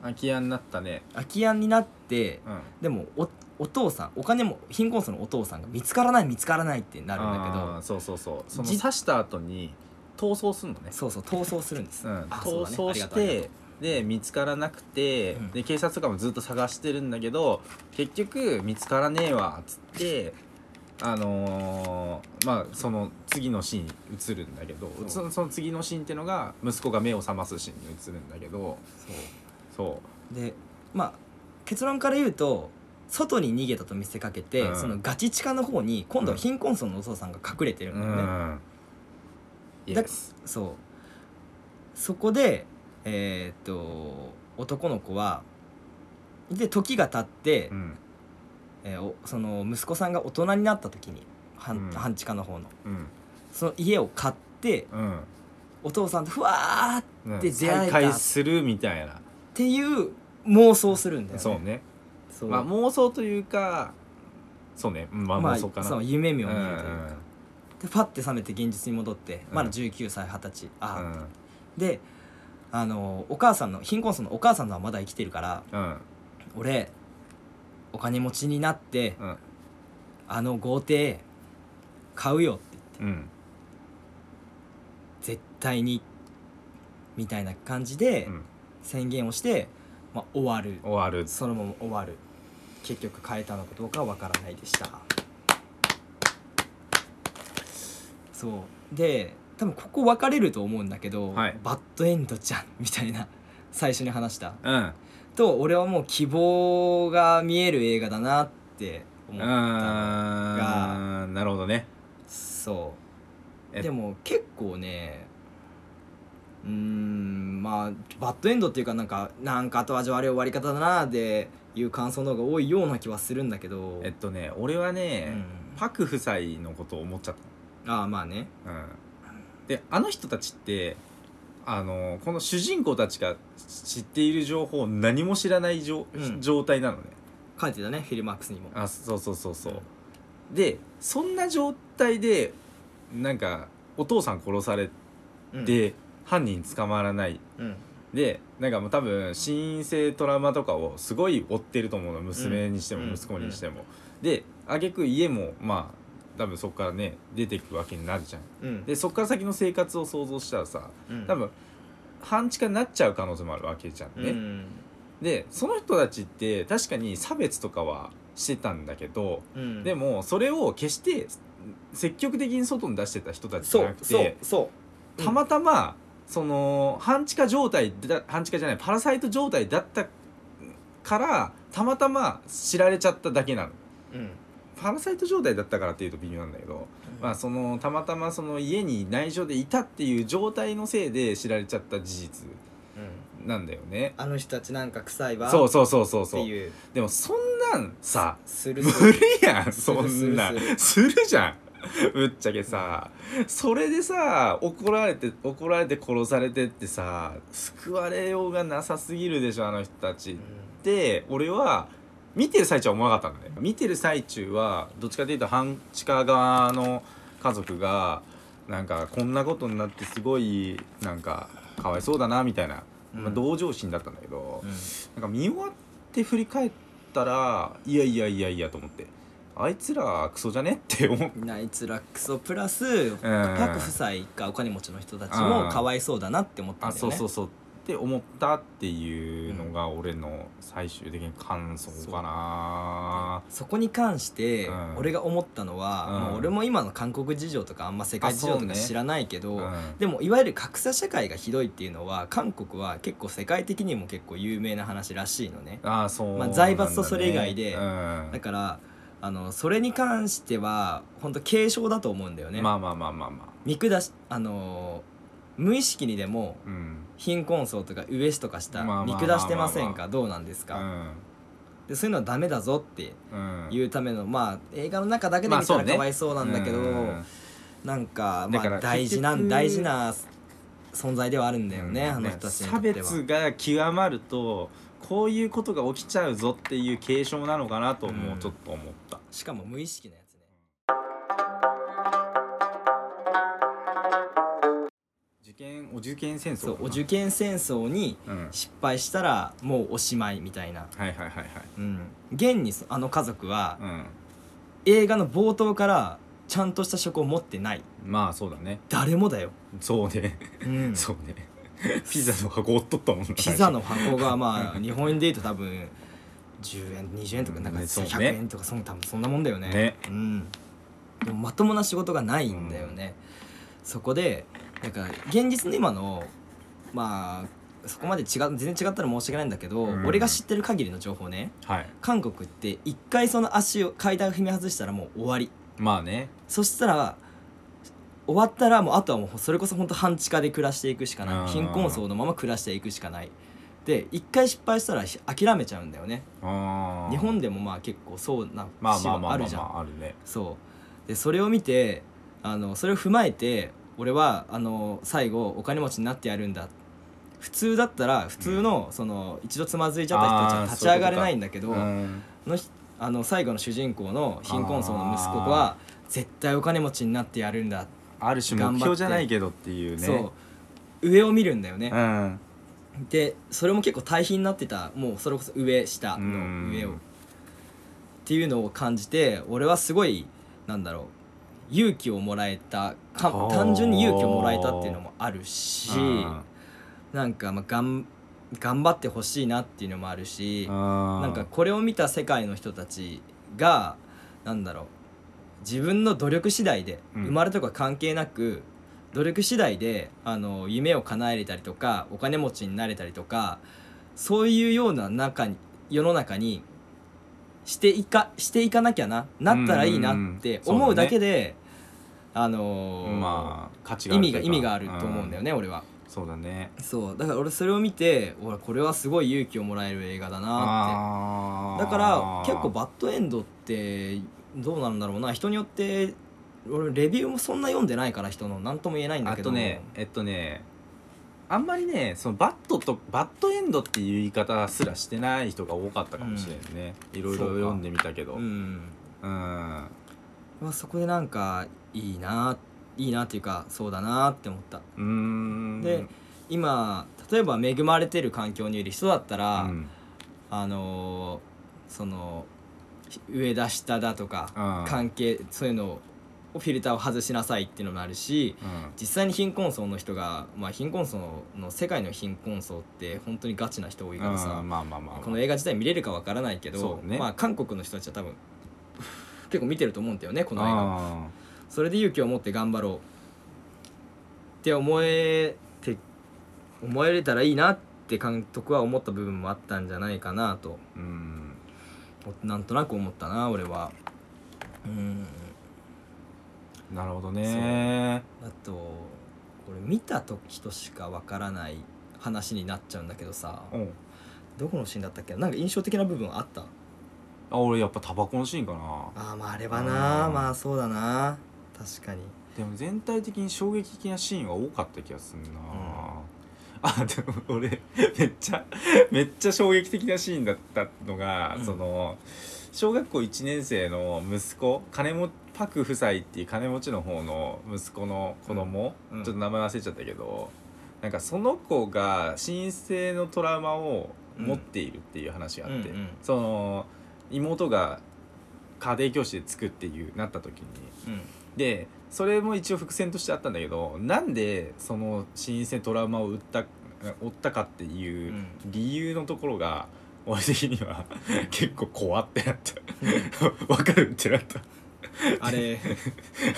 Speaker 2: 空き家になったね
Speaker 1: 空き家になって
Speaker 2: うん
Speaker 1: でもおお父さんお金も貧困層のお父さんが見つからない見つからないってなるんだけ
Speaker 2: あ
Speaker 1: ど
Speaker 2: ーそうそうそうその刺
Speaker 1: じ
Speaker 2: した後に逃走するのね
Speaker 1: そうそう逃走するんです、
Speaker 2: うん、
Speaker 1: あそうだ
Speaker 2: 逃
Speaker 1: ね
Speaker 2: 走し
Speaker 1: ありがとうありが
Speaker 2: てで見つからなくて、
Speaker 1: うん
Speaker 2: で警察とかもずっと探してるんだけど結局見つからねえわっつってあのーまあその次のシーンに移るんだけど
Speaker 1: そう
Speaker 2: そのその次のシーンってのが息子が目を覚ますシーンに移るんだけどそ
Speaker 1: でまあ結論から言うと外に逃げたと見せかけて、
Speaker 2: うん
Speaker 1: そのガチ地下の方に今度は貧困層のお父さんが隠れて
Speaker 2: う
Speaker 1: る
Speaker 2: うん
Speaker 1: だよね、
Speaker 2: ん、イエス
Speaker 1: そうそこでえーっと男の子はで時が経って、
Speaker 2: うん
Speaker 1: えーおその息子さんが大人になった時に半,、
Speaker 2: うん
Speaker 1: 半地下の方の
Speaker 2: うん
Speaker 1: その家を買って
Speaker 2: うん
Speaker 1: お父さんとふわーっ
Speaker 2: うん
Speaker 1: で出会えた
Speaker 2: 再会するみたいな、
Speaker 1: ていう妄想するんだよね
Speaker 2: そうね
Speaker 1: そう
Speaker 2: まあ妄想というかそうね、うんまあ、
Speaker 1: まあ
Speaker 2: 妄想かな、
Speaker 1: そう夢見を見るというか、
Speaker 2: ん
Speaker 1: でパッて覚めて現実に戻ってまだ
Speaker 2: うん
Speaker 1: 19歳20歳
Speaker 2: う
Speaker 1: あ、
Speaker 2: ん
Speaker 1: であのお母さんの貧困層のお母さんのはまだ生きてるから
Speaker 2: うん
Speaker 1: 俺お金持ちになって
Speaker 2: うん
Speaker 1: あの豪邸買うよって
Speaker 2: うん
Speaker 1: 絶対にみたいな感じで
Speaker 2: うん
Speaker 1: 宣言をして、まあ、終わる
Speaker 2: 終わる
Speaker 1: そのまま終わる結局変えたのかどうかはわからないでしたそうで多分ここ分かれると思うんだけど、
Speaker 2: はい
Speaker 1: バッドエンドじゃんみたいな最初に話した
Speaker 2: うん
Speaker 1: と俺はもう希望が見える映画だなって
Speaker 2: う
Speaker 1: 思った
Speaker 2: ーんなるほどね
Speaker 1: そう
Speaker 2: え
Speaker 1: でも結構ねうーんまあバッドエンドっていうかなんかなんか後味悪い終わり方だなでいう感想の方が多いような気はするんだけど
Speaker 2: えっとね俺は
Speaker 1: う
Speaker 2: ね、
Speaker 1: ん、
Speaker 2: パク夫妻のことを思っちゃっ
Speaker 1: ああまあね
Speaker 2: たうんであの人たちってあのこの主人公たちが知っている情報を何も知らない状,、
Speaker 1: うん
Speaker 2: 状態なのね
Speaker 1: 書いてたねフィルマークスにも
Speaker 2: あそうそうそうそうでそんな状態でなんかお父さん殺され
Speaker 1: うん
Speaker 2: て、犯人捕まらない
Speaker 1: うん
Speaker 2: でなんかもう多分心因性トラウマとかをすごい追ってると思うの娘にして
Speaker 1: う
Speaker 2: も
Speaker 1: ん
Speaker 2: 息子にしても、で挙句家もまあ多分そっからね出てくわけになるじゃん
Speaker 1: うん
Speaker 2: でそっから先の生活を想像したらさ
Speaker 1: うん
Speaker 2: 多分半地下になっちゃう可能性もあるわけじゃん
Speaker 1: う
Speaker 2: ね、
Speaker 1: ん
Speaker 2: でその人たちって確かに差別とかはしてたんだけど
Speaker 1: うん
Speaker 2: でもそれを決して積極的に外に出してた人たちじゃ
Speaker 1: そ
Speaker 2: な
Speaker 1: う
Speaker 2: くて
Speaker 1: そうそう
Speaker 2: たまたまその半地下状態だ半地下じゃないパラサイト状態だったからたまたま知られちゃっただけなの
Speaker 1: うん、うん
Speaker 2: パラサイト状態だったからっていうと微妙なんだけど、まあ、そのたまたまその家に内緒でいたっていう状態のせいで知られちゃった事実
Speaker 1: うん
Speaker 2: なんだよね
Speaker 1: あの人たちなんか臭いわ
Speaker 2: そうそうそうそう
Speaker 1: っ
Speaker 2: そ
Speaker 1: て
Speaker 2: う
Speaker 1: いう
Speaker 2: でもそんなんさ
Speaker 1: す <laughs> る
Speaker 2: 無
Speaker 1: する
Speaker 2: 理やん
Speaker 1: す
Speaker 2: そ
Speaker 1: るす
Speaker 2: ん
Speaker 1: る
Speaker 2: なんするじゃんぶっちゃけさそれでさ怒られて怒られて殺されてってさ救われようがなさすぎるでしょあの人たちって俺は見てる最中は思わなかったんだね見てる最中はどっちかというと半地下側の家族がなんかこんなことになってすごいなんかかわいそうだなみたいな、ま
Speaker 1: う
Speaker 2: あ、
Speaker 1: ん
Speaker 2: 同情心だったんだけど、
Speaker 1: うん
Speaker 2: なんか見終わって振り返ったらいやいやいやいやと思ってあいつらクソじゃねって思う
Speaker 1: ナイツラックスをプラスパク夫妻がお金持ちの人たちもかわいそうだなって思ったん
Speaker 2: あ
Speaker 1: だよ
Speaker 2: そう
Speaker 1: ね
Speaker 2: そうそうって思ったっていうのが俺の最終的な感想かな
Speaker 1: そこに関して
Speaker 2: うん
Speaker 1: 俺が思ったのは、
Speaker 2: うん
Speaker 1: まあ俺も今の韓国事情とかあんま世界事情
Speaker 2: あ
Speaker 1: と
Speaker 2: そう
Speaker 1: か
Speaker 2: ね
Speaker 1: 知らないけど、
Speaker 2: うん
Speaker 1: でもいわゆる格差社会がひどいっていうのは韓国は結構世界的にも結構有名な話らしいのね
Speaker 2: あそう
Speaker 1: まあ
Speaker 2: なんだね
Speaker 1: 財閥とそれ以外で
Speaker 2: うん
Speaker 1: だからあのそれに関しては本当警鐘だと思うんだよね、
Speaker 2: まあまあまあまあま
Speaker 1: 見下しあのー無意識にでも
Speaker 2: あうん
Speaker 1: 貧困層とか上司とかした
Speaker 2: まあまあ
Speaker 1: 見
Speaker 2: まあ
Speaker 1: 下してませんかどうなんです
Speaker 2: う
Speaker 1: か、
Speaker 2: ん
Speaker 1: でそういうのはダメだぞって
Speaker 2: うん
Speaker 1: いうためのまあ映画の中だけで
Speaker 2: まあ
Speaker 1: 見た
Speaker 2: そう
Speaker 1: ら
Speaker 2: ね
Speaker 1: かわいそうなんだけど、
Speaker 2: うん
Speaker 1: なんか
Speaker 2: だから
Speaker 1: まあ大事な
Speaker 2: 結局
Speaker 1: 大事な存在ではあるんだよね、あの人たちにと
Speaker 2: 差
Speaker 1: っては
Speaker 2: 別が極まるとこういうことが起きちゃうぞっていう警鐘なのかなとも
Speaker 1: うん
Speaker 2: ちょっと思った、
Speaker 1: しかも無意識なやつね
Speaker 2: 受験お受験戦争
Speaker 1: そうお
Speaker 2: 受
Speaker 1: 受験戦争に
Speaker 2: うんはい
Speaker 1: 失敗したらもうおしまいみたいな、
Speaker 2: はいはいはい
Speaker 1: うん、現にそあの家族は
Speaker 2: うん
Speaker 1: 映画の冒頭からちゃんとした職を持ってない
Speaker 2: まあそうだね
Speaker 1: 誰もだよ、
Speaker 2: そうね、
Speaker 1: うん、
Speaker 2: そうねピザの箱折っとったもんな
Speaker 1: ピザの箱がまあ日本円で言うと多分10円20円とかなんか
Speaker 2: ねそうね
Speaker 1: 100円とかそん多分そんなもんだよね
Speaker 2: ね
Speaker 1: うん、でもまともな仕事がないんだよね、そこでなんか現実の今のまあそこまで違う全然違ったら申し訳ないんだけど、
Speaker 2: うん
Speaker 1: 俺が知ってる限りの情報ね
Speaker 2: はい
Speaker 1: 韓国って一回その足を階段を踏み外したらもう終わり
Speaker 2: まあね
Speaker 1: そしたら終わったらもうあとはもうそれこそ本当半地下で暮らしていくしか
Speaker 2: あ
Speaker 1: な
Speaker 2: ー
Speaker 1: い貧困層のまま暮らしていくしかないで一回失敗したらひ諦めちゃうんだよね
Speaker 2: あー
Speaker 1: 日本でもまあ結構そうな
Speaker 2: まあ
Speaker 1: 節
Speaker 2: まあま
Speaker 1: は
Speaker 2: あ
Speaker 1: あ
Speaker 2: ま
Speaker 1: る
Speaker 2: あ
Speaker 1: じゃ
Speaker 2: ま
Speaker 1: ん
Speaker 2: ああるね
Speaker 1: そうでそれを見てあのそれを踏まえて俺はあの最後お金持ちになってやるんだ普通だったら普通の、その一度つまずいちゃった人たちは
Speaker 2: あー
Speaker 1: 立ち上がれないんだけど
Speaker 2: うん
Speaker 1: のひあの最後の主人公の貧困層の息子は絶対お金持ちになってやるんだ、
Speaker 2: ある種目標じゃないけどっていうね
Speaker 1: そう上を見るんだよね
Speaker 2: う、ん
Speaker 1: でそれも結構対比になってたもうそれこそ上下の上を、
Speaker 2: うん
Speaker 1: っていうのを感じて俺はすごいなんだろう勇気をもらえたか
Speaker 2: はあ
Speaker 1: 単純に勇気をもらえたっていうのもあるし
Speaker 2: うん
Speaker 1: なんかまあがん頑張ってほしいなっていうのもあるし
Speaker 2: な
Speaker 1: なんかこれを見た世界の人たちがなんだろう自分の努力次第で、
Speaker 2: うん
Speaker 1: 生まれとか関係なく努力次第であの夢を叶えれたりとかお金持ちになれたりとかそういうような中に世の中にしていかしていかなきゃななったらいいなって
Speaker 2: うんうんうん
Speaker 1: 思
Speaker 2: そううだね
Speaker 1: だけで、あのー
Speaker 2: まあ価値が
Speaker 1: 意
Speaker 2: ある
Speaker 1: 味が
Speaker 2: という
Speaker 1: 意
Speaker 2: か
Speaker 1: 味があると思うんだよね、俺は。
Speaker 2: うんそうだね
Speaker 1: そうだから俺それを見て俺これはすごい勇気をもらえる映画だなって
Speaker 2: あー
Speaker 1: だから結構バッドエンドってどうなんだろうな人によって俺レビューもそんな読んでないから人の何とも言えないんだ
Speaker 2: あ
Speaker 1: けど
Speaker 2: とねえっとねあんまりねそのバットとバッドエンドっていう言い方すらしてない人が多かったかもしれんね、いろいろ
Speaker 1: そうか
Speaker 2: 読んでみたけどう、
Speaker 1: うんん、まあ、そこでなんかいいないいなっていうかそうだなって思った
Speaker 2: うーん
Speaker 1: で今例えば恵まれてる環境にいる人だった
Speaker 2: う
Speaker 1: ら、
Speaker 2: ん
Speaker 1: あのーその上だ下だとか
Speaker 2: うん
Speaker 1: 関係そういうのをフィルターを外しなさいっていうのもあるし、
Speaker 2: うん
Speaker 1: 実際に貧困層の人が、まあ、貧困層の世界の貧困層って本当にガチな人多いから
Speaker 2: う
Speaker 1: さ
Speaker 2: ん、まあまあまあ、まあ、
Speaker 1: この映画自体見れるかわからないけど
Speaker 2: そ、うね
Speaker 1: まあ、韓国の人たちは多分結構見てると思うんだよねこの映画
Speaker 2: あ
Speaker 1: それで勇気を持って頑張ろうって思えて思えれたらいいなって監督は思った部分もあったんじゃないかなと
Speaker 2: ーうん
Speaker 1: なんとなく思ったな俺はうん
Speaker 2: なるほどね
Speaker 1: あとこれ見た時としかわからない話になっちゃうんだけどさ
Speaker 2: うん
Speaker 1: どこのシーンだったっけなんか印象的な部分あった
Speaker 2: あ俺やっぱタバコのシーンかな
Speaker 1: ああまああれはな
Speaker 2: うん
Speaker 1: まあそうだな確かに
Speaker 2: でも全体的に衝撃的なシーンは多かった気がするな、 <laughs> あでも俺めっちゃめっちゃ衝撃的なシーンだったのが、
Speaker 1: うん
Speaker 2: その小学校1年生の息子金もパク夫妻っていう金持ちの方の息子の子供、
Speaker 1: うんうん
Speaker 2: ちょっと名前忘れちゃったけどなんかその子が神聖のトラウマを持っているっていう話があって、
Speaker 1: うんうんうん
Speaker 2: その妹が家庭教師で作っていうなった時に
Speaker 1: うん
Speaker 2: でそれも一応伏線としてあったんだけどなんでその心因性トラウマを打った負ったかっていう
Speaker 1: うん
Speaker 2: 理由のところが俺的には <laughs> 結構怖ってなった <laughs> わかるってなった <laughs>
Speaker 1: <laughs> あれ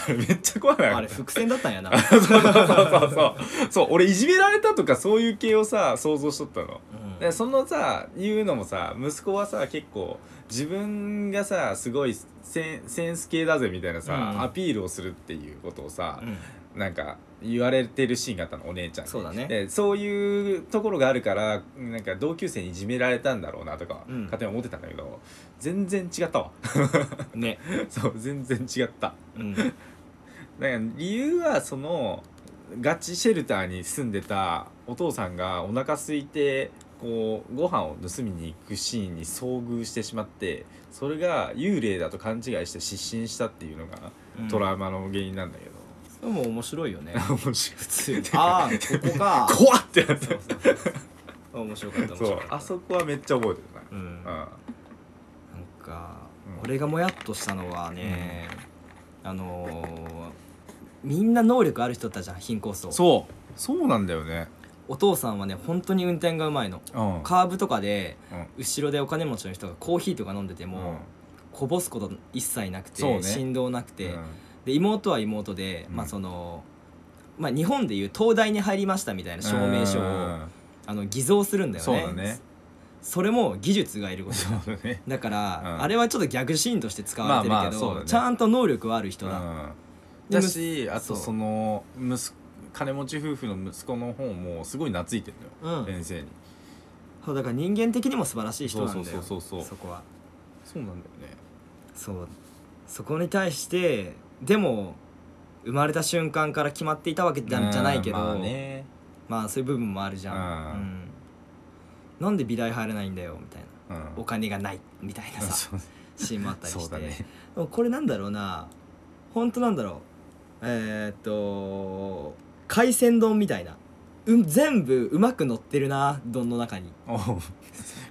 Speaker 2: あれめっちゃ怖い <laughs>
Speaker 1: あれ伏線だったんやな
Speaker 2: そうそうそうそうそうそう俺いじめられたとかそういう系をさ想像しとったの
Speaker 1: うん
Speaker 2: でそのさ言うのもさ息子はさ結構自分がさすごいセンセンス系だぜみたいなさ、
Speaker 1: うん
Speaker 2: アピールをするっていうことをさ、
Speaker 1: うん
Speaker 2: なんか言われてるシーンがあったのお姉ちゃんに
Speaker 1: そうだね
Speaker 2: でそういうところがあるからなんか同級生にいじめられたんだろうなとか、
Speaker 1: うん
Speaker 2: 勝手に思ってたんだけど全然違ったわ <laughs>
Speaker 1: ね
Speaker 2: そう全然違った
Speaker 1: うん
Speaker 2: だから理由はそのガチシェルターに住んでたお父さんがお腹空いてこうご飯を盗みに行くシーンに遭遇してしまってそれが幽霊だと勘違いして失神したっていうのが
Speaker 1: うん
Speaker 2: トラウマの原因なんだけど、
Speaker 1: <laughs>
Speaker 2: <laughs>
Speaker 1: でも面白いよね
Speaker 2: 面白い
Speaker 1: 普通にああここか
Speaker 2: 怖っってなった
Speaker 1: 面白かった面
Speaker 2: そう
Speaker 1: 白かった
Speaker 2: あそこはめっちゃ覚えてるな
Speaker 1: うん
Speaker 2: う
Speaker 1: な
Speaker 2: ん
Speaker 1: んか、
Speaker 2: うん
Speaker 1: 俺がもやっとしたのはね、あのーみんな能力ある人だったじゃん貧困層
Speaker 2: そうそうなんだよね
Speaker 1: お父さんはね本当に運転がうまいの
Speaker 2: うん
Speaker 1: カーブとかで
Speaker 2: うん
Speaker 1: 後ろでお金持ちの人がコーヒーとか飲んでても、
Speaker 2: うん
Speaker 1: こぼすこと一切なくて、
Speaker 2: そうね
Speaker 1: 振動なくて、
Speaker 2: うん
Speaker 1: で妹は妹で、
Speaker 2: うん
Speaker 1: まあそのまあ日本でいう東大に入りましたみたいな証明書を、
Speaker 2: うん
Speaker 1: あの偽造するんだよね
Speaker 2: そうだね
Speaker 1: それも技術がいること
Speaker 2: そうだね
Speaker 1: だから、
Speaker 2: うん
Speaker 1: あれはちょっとギャグシーンとして使われてるけど、
Speaker 2: まあまあそうだね
Speaker 1: ちゃんと能力はある人だ、
Speaker 2: うん、だしあ
Speaker 1: そ
Speaker 2: と
Speaker 1: う
Speaker 2: その息子金持ち夫婦の息子の方もすごい懐いてるのよ、
Speaker 1: うん
Speaker 2: 先生に
Speaker 1: そうだから人間的にも素晴らしい人なんだよ
Speaker 2: そうそうそうそうそう
Speaker 1: こは
Speaker 2: そうなんだよね
Speaker 1: そうそこに対してでも生まれた瞬間から決まっていたわけじゃじゃないけど、
Speaker 2: うん
Speaker 1: ま
Speaker 2: ま
Speaker 1: あ
Speaker 2: あね
Speaker 1: そういう部分もあるじゃん、
Speaker 2: うん
Speaker 1: うんなんで美大入れないんだよみたいな
Speaker 2: うん
Speaker 1: お金がないみたいな
Speaker 2: うん
Speaker 1: さ
Speaker 2: そう <laughs>
Speaker 1: シーンもあったり
Speaker 2: そう
Speaker 1: して、
Speaker 2: だね
Speaker 1: でもこれなんだろうな本当なんだろうえー、っと海鮮丼みたいな、うん、全部うまく乗ってるな丼の中に
Speaker 2: おう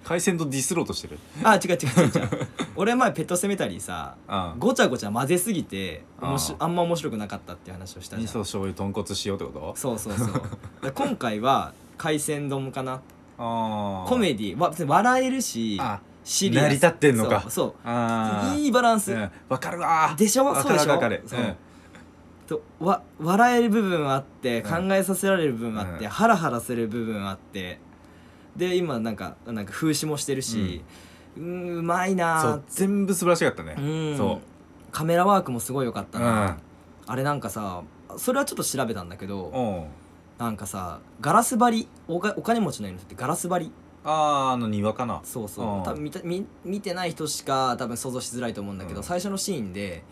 Speaker 2: 海鮮とディスろうとしてる
Speaker 1: あ違う違う違う違
Speaker 2: <laughs>
Speaker 1: う俺前ペットセメタリーさ
Speaker 2: あ
Speaker 1: ごちゃごちゃ混ぜすぎておもし
Speaker 2: あ
Speaker 1: あんま面白くなかったっていう話をしたじ
Speaker 2: 味
Speaker 1: ゃん
Speaker 2: 噌醤油豚骨塩ってこと
Speaker 1: そうそうそうだ
Speaker 2: <laughs>
Speaker 1: から今回は海鮮丼かな
Speaker 2: ああ
Speaker 1: コメディは別に笑えるし
Speaker 2: あ
Speaker 1: シリアス
Speaker 2: 成り立ってんのか
Speaker 1: そうそ
Speaker 2: あ
Speaker 1: う
Speaker 2: ー
Speaker 1: いいバランス、
Speaker 2: うんわかるわ
Speaker 1: でしょ
Speaker 2: わ
Speaker 1: そう
Speaker 2: か
Speaker 1: でし
Speaker 2: る
Speaker 1: ょ
Speaker 2: わかる
Speaker 1: そうとわ笑える部分あって考
Speaker 2: うん
Speaker 1: えさせられる部分あって、
Speaker 2: うん
Speaker 1: ハラハラする部分あってで今なんかなんか風刺もしてるし、うーん、うまいな
Speaker 2: そ
Speaker 1: ー
Speaker 2: う全部素晴らしかったね
Speaker 1: うん
Speaker 2: そ
Speaker 1: カメラワークもすごい良かった
Speaker 2: うう
Speaker 1: な、
Speaker 2: ん
Speaker 1: あれなんかさそれはちょっと調べたんだけど
Speaker 2: おう
Speaker 1: なんかさガラス張りおがお金持ちの家の人ってガラス張り
Speaker 2: あーあの庭かな
Speaker 1: そうそう
Speaker 2: うん
Speaker 1: 多分見た見見てない人しか多分想像しづらいと思うんだけど、
Speaker 2: うん
Speaker 1: 最初のシーンで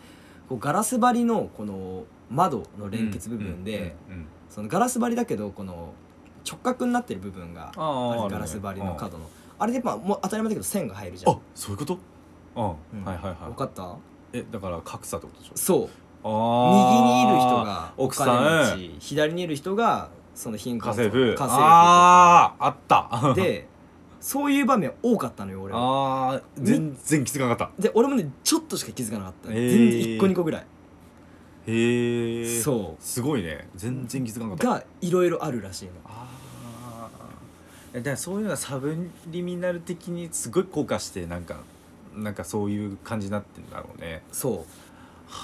Speaker 1: こうガラス張りのこの窓の連結部分で、
Speaker 2: うんうんうん
Speaker 1: そのガラス張りだけどこの直角になってる部分が
Speaker 2: あ
Speaker 1: あ
Speaker 2: ー
Speaker 1: る
Speaker 2: ある
Speaker 1: ガ
Speaker 2: ね
Speaker 1: ラス張りの角のあれでまあもう当たり前だけど線が入るじゃん
Speaker 2: あそういうことうん、
Speaker 1: うん
Speaker 2: はいはい
Speaker 1: 分
Speaker 2: は
Speaker 1: かった
Speaker 2: いえだから格差ってことでしょ
Speaker 1: そう右にいる人
Speaker 2: あ
Speaker 1: が
Speaker 2: ー
Speaker 1: お
Speaker 2: 奥さん
Speaker 1: 金持ち左にいる人がその貧
Speaker 2: ー
Speaker 1: 困
Speaker 2: 家政婦
Speaker 1: 家政
Speaker 2: あああった
Speaker 1: 婦でそういう場面多かったのよ俺は
Speaker 2: <laughs> あー全然気づかなかっ
Speaker 1: で俺もねちょっとしか気づかなかった、
Speaker 2: へー
Speaker 1: 全然1個2個ぐらい、
Speaker 2: たへえ
Speaker 1: そう
Speaker 2: すごいね全然気づかなか
Speaker 1: う
Speaker 2: った
Speaker 1: がいろいろあるらしいの
Speaker 2: あーえだからそういうのはサブリミナル的にすごい効果してなんかなんかそういう感じになってんだろうね
Speaker 1: そうこ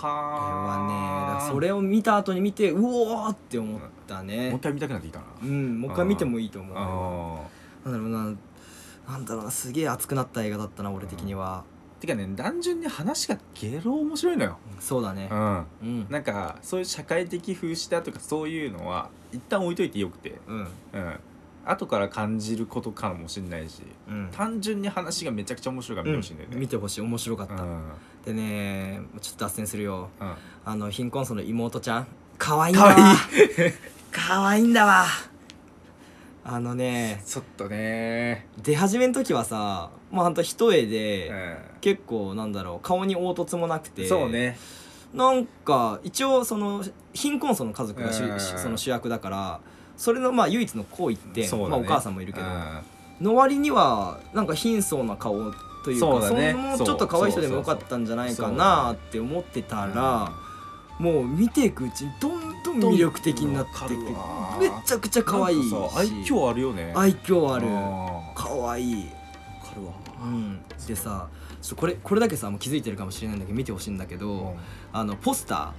Speaker 1: れはねだ
Speaker 2: は
Speaker 1: か
Speaker 2: あ
Speaker 1: らそれを見た後に見てうおーって思った
Speaker 2: もう
Speaker 1: ね
Speaker 2: 一回見たくなってきたな
Speaker 1: うんもう一回見てもいいと思う
Speaker 2: ああ
Speaker 1: なんだろうななんだろうなすげえ熱くなった映画だったな俺的には、
Speaker 2: てかね単純に話がゲロ面白いのよ
Speaker 1: そうだね
Speaker 2: うん
Speaker 1: うん
Speaker 2: なんかそういう社会的風刺だとかそういうのは一旦置いといてよくて、
Speaker 1: うん
Speaker 2: うん、後から感じることかもしれないし
Speaker 1: うん
Speaker 2: 単純に話がめちゃくちゃ面白いから見てほしいんだよね、
Speaker 1: うん見てほしい面白かっ
Speaker 2: う
Speaker 1: た、
Speaker 2: んうん
Speaker 1: でねちょっと脱線するよあの貧困層の妹ちゃん可愛いんだわ
Speaker 2: 可愛い
Speaker 1: <laughs> 可愛いんだわあのね
Speaker 2: ちょっとね
Speaker 1: 出始めの時はさまあほんと一重
Speaker 2: う
Speaker 1: で、
Speaker 2: ん
Speaker 1: 結構なんだろう顔に凹凸もなくて
Speaker 2: そうね
Speaker 1: なんか一応その貧困層の家族が主,、
Speaker 2: うん
Speaker 1: その主役だからそれのまあ唯一の好意って、
Speaker 2: そうだね
Speaker 1: まあ、お母さんもいるけど、
Speaker 2: うん
Speaker 1: の割にはなんか貧相な顔というか
Speaker 2: そうだね
Speaker 1: の
Speaker 2: そう
Speaker 1: ちょっと可愛い人でもよか
Speaker 2: そうそうそう
Speaker 1: ったんじゃないかなって思ってたら、もう見ていくうちにどんどん
Speaker 2: どん
Speaker 1: 魅力的になってく
Speaker 2: わかるわ
Speaker 1: めちゃくちゃ可愛いし
Speaker 2: なんかさ愛嬌あるよね
Speaker 1: 愛嬌ある
Speaker 2: あ
Speaker 1: 可愛い
Speaker 2: ーわかるわ
Speaker 1: うん、でさちょっとこれこれだけさもう気づいてるかもしれないんだけど見てほしいんだけど、
Speaker 2: うん
Speaker 1: あのポスタ
Speaker 2: あ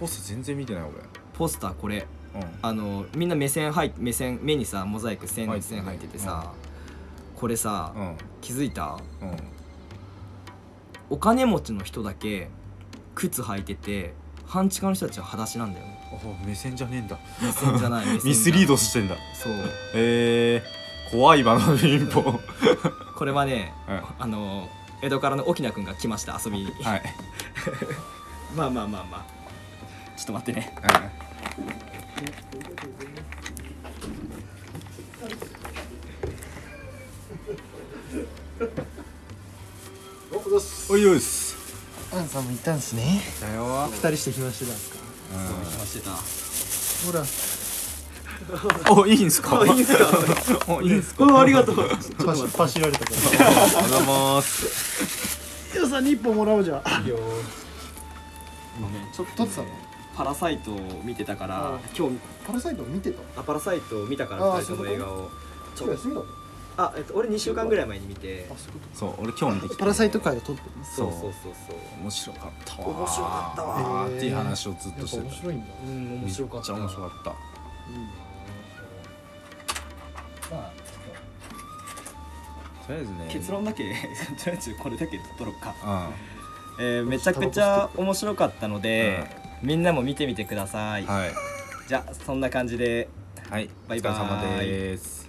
Speaker 2: ポス全然見てない俺
Speaker 1: ーポスターこれ
Speaker 2: うん
Speaker 1: あのみんな目線入っ目線目にさモザイク線
Speaker 2: 入ってる
Speaker 1: 線
Speaker 2: ね
Speaker 1: 入っててさ、これさ、
Speaker 2: うん
Speaker 1: 気づいた
Speaker 2: うん
Speaker 1: お金持ちの人だけ靴履いてて半地下の人たちは裸足なんだよね
Speaker 2: あ目線じゃねえんだ
Speaker 1: 目線じゃない目線じゃない
Speaker 2: ミスリードしてんだ
Speaker 1: そう
Speaker 2: えー、怖いわな貧 <laughs> 乏は
Speaker 1: これはね、
Speaker 2: うん
Speaker 1: あの江戸からの沖縄くんが来ました遊びに、
Speaker 2: い、はい、
Speaker 1: まあまあまあまあちょっと待ってね
Speaker 2: おいよいっす
Speaker 3: アンさんも行ったんですね
Speaker 2: だよ
Speaker 4: 二人して暇してたんですか
Speaker 3: ほら
Speaker 2: おいいんすかおいいん <laughs> すかおいいんすか
Speaker 4: あありがとう
Speaker 3: パシパシられたから
Speaker 2: おはようございます
Speaker 3: よさんに一本もらおうじゃん
Speaker 1: ごめんちょっと
Speaker 3: 撮ってたの
Speaker 1: パラサイトを見てたか
Speaker 3: あ
Speaker 1: ら今日
Speaker 3: パラサイト見てた
Speaker 1: あパラサイトを見たから
Speaker 3: あ
Speaker 1: 2
Speaker 3: ー
Speaker 1: 人とも映画をち
Speaker 3: 今
Speaker 1: ょ
Speaker 3: 日休みだっ
Speaker 1: あ、えっと、俺2週間ぐらい前に見て
Speaker 3: たあそういうこ
Speaker 2: そう俺今日見てき
Speaker 3: と
Speaker 2: た
Speaker 3: パラサイト会を撮ってます
Speaker 1: そう
Speaker 2: そう
Speaker 1: そうそうそう
Speaker 2: 面白かったわ
Speaker 1: 面白かった
Speaker 3: わ
Speaker 2: ーっていう話をずっ
Speaker 3: や
Speaker 2: と
Speaker 3: っ
Speaker 2: してた
Speaker 3: ぱ面白いんだ
Speaker 4: うん面白かった
Speaker 2: めっちゃ面白かっ
Speaker 3: いいな
Speaker 4: まあ
Speaker 2: たとりあえずね
Speaker 1: 結論だけ <laughs> とりあえずこれだけ撮ろうか、
Speaker 2: うん
Speaker 1: えーめちゃくちゃ面白かったので、みんなも見てみてください、
Speaker 2: はい
Speaker 1: じゃあそんな感じで
Speaker 2: はい
Speaker 1: バイバーイ
Speaker 2: お疲れ様です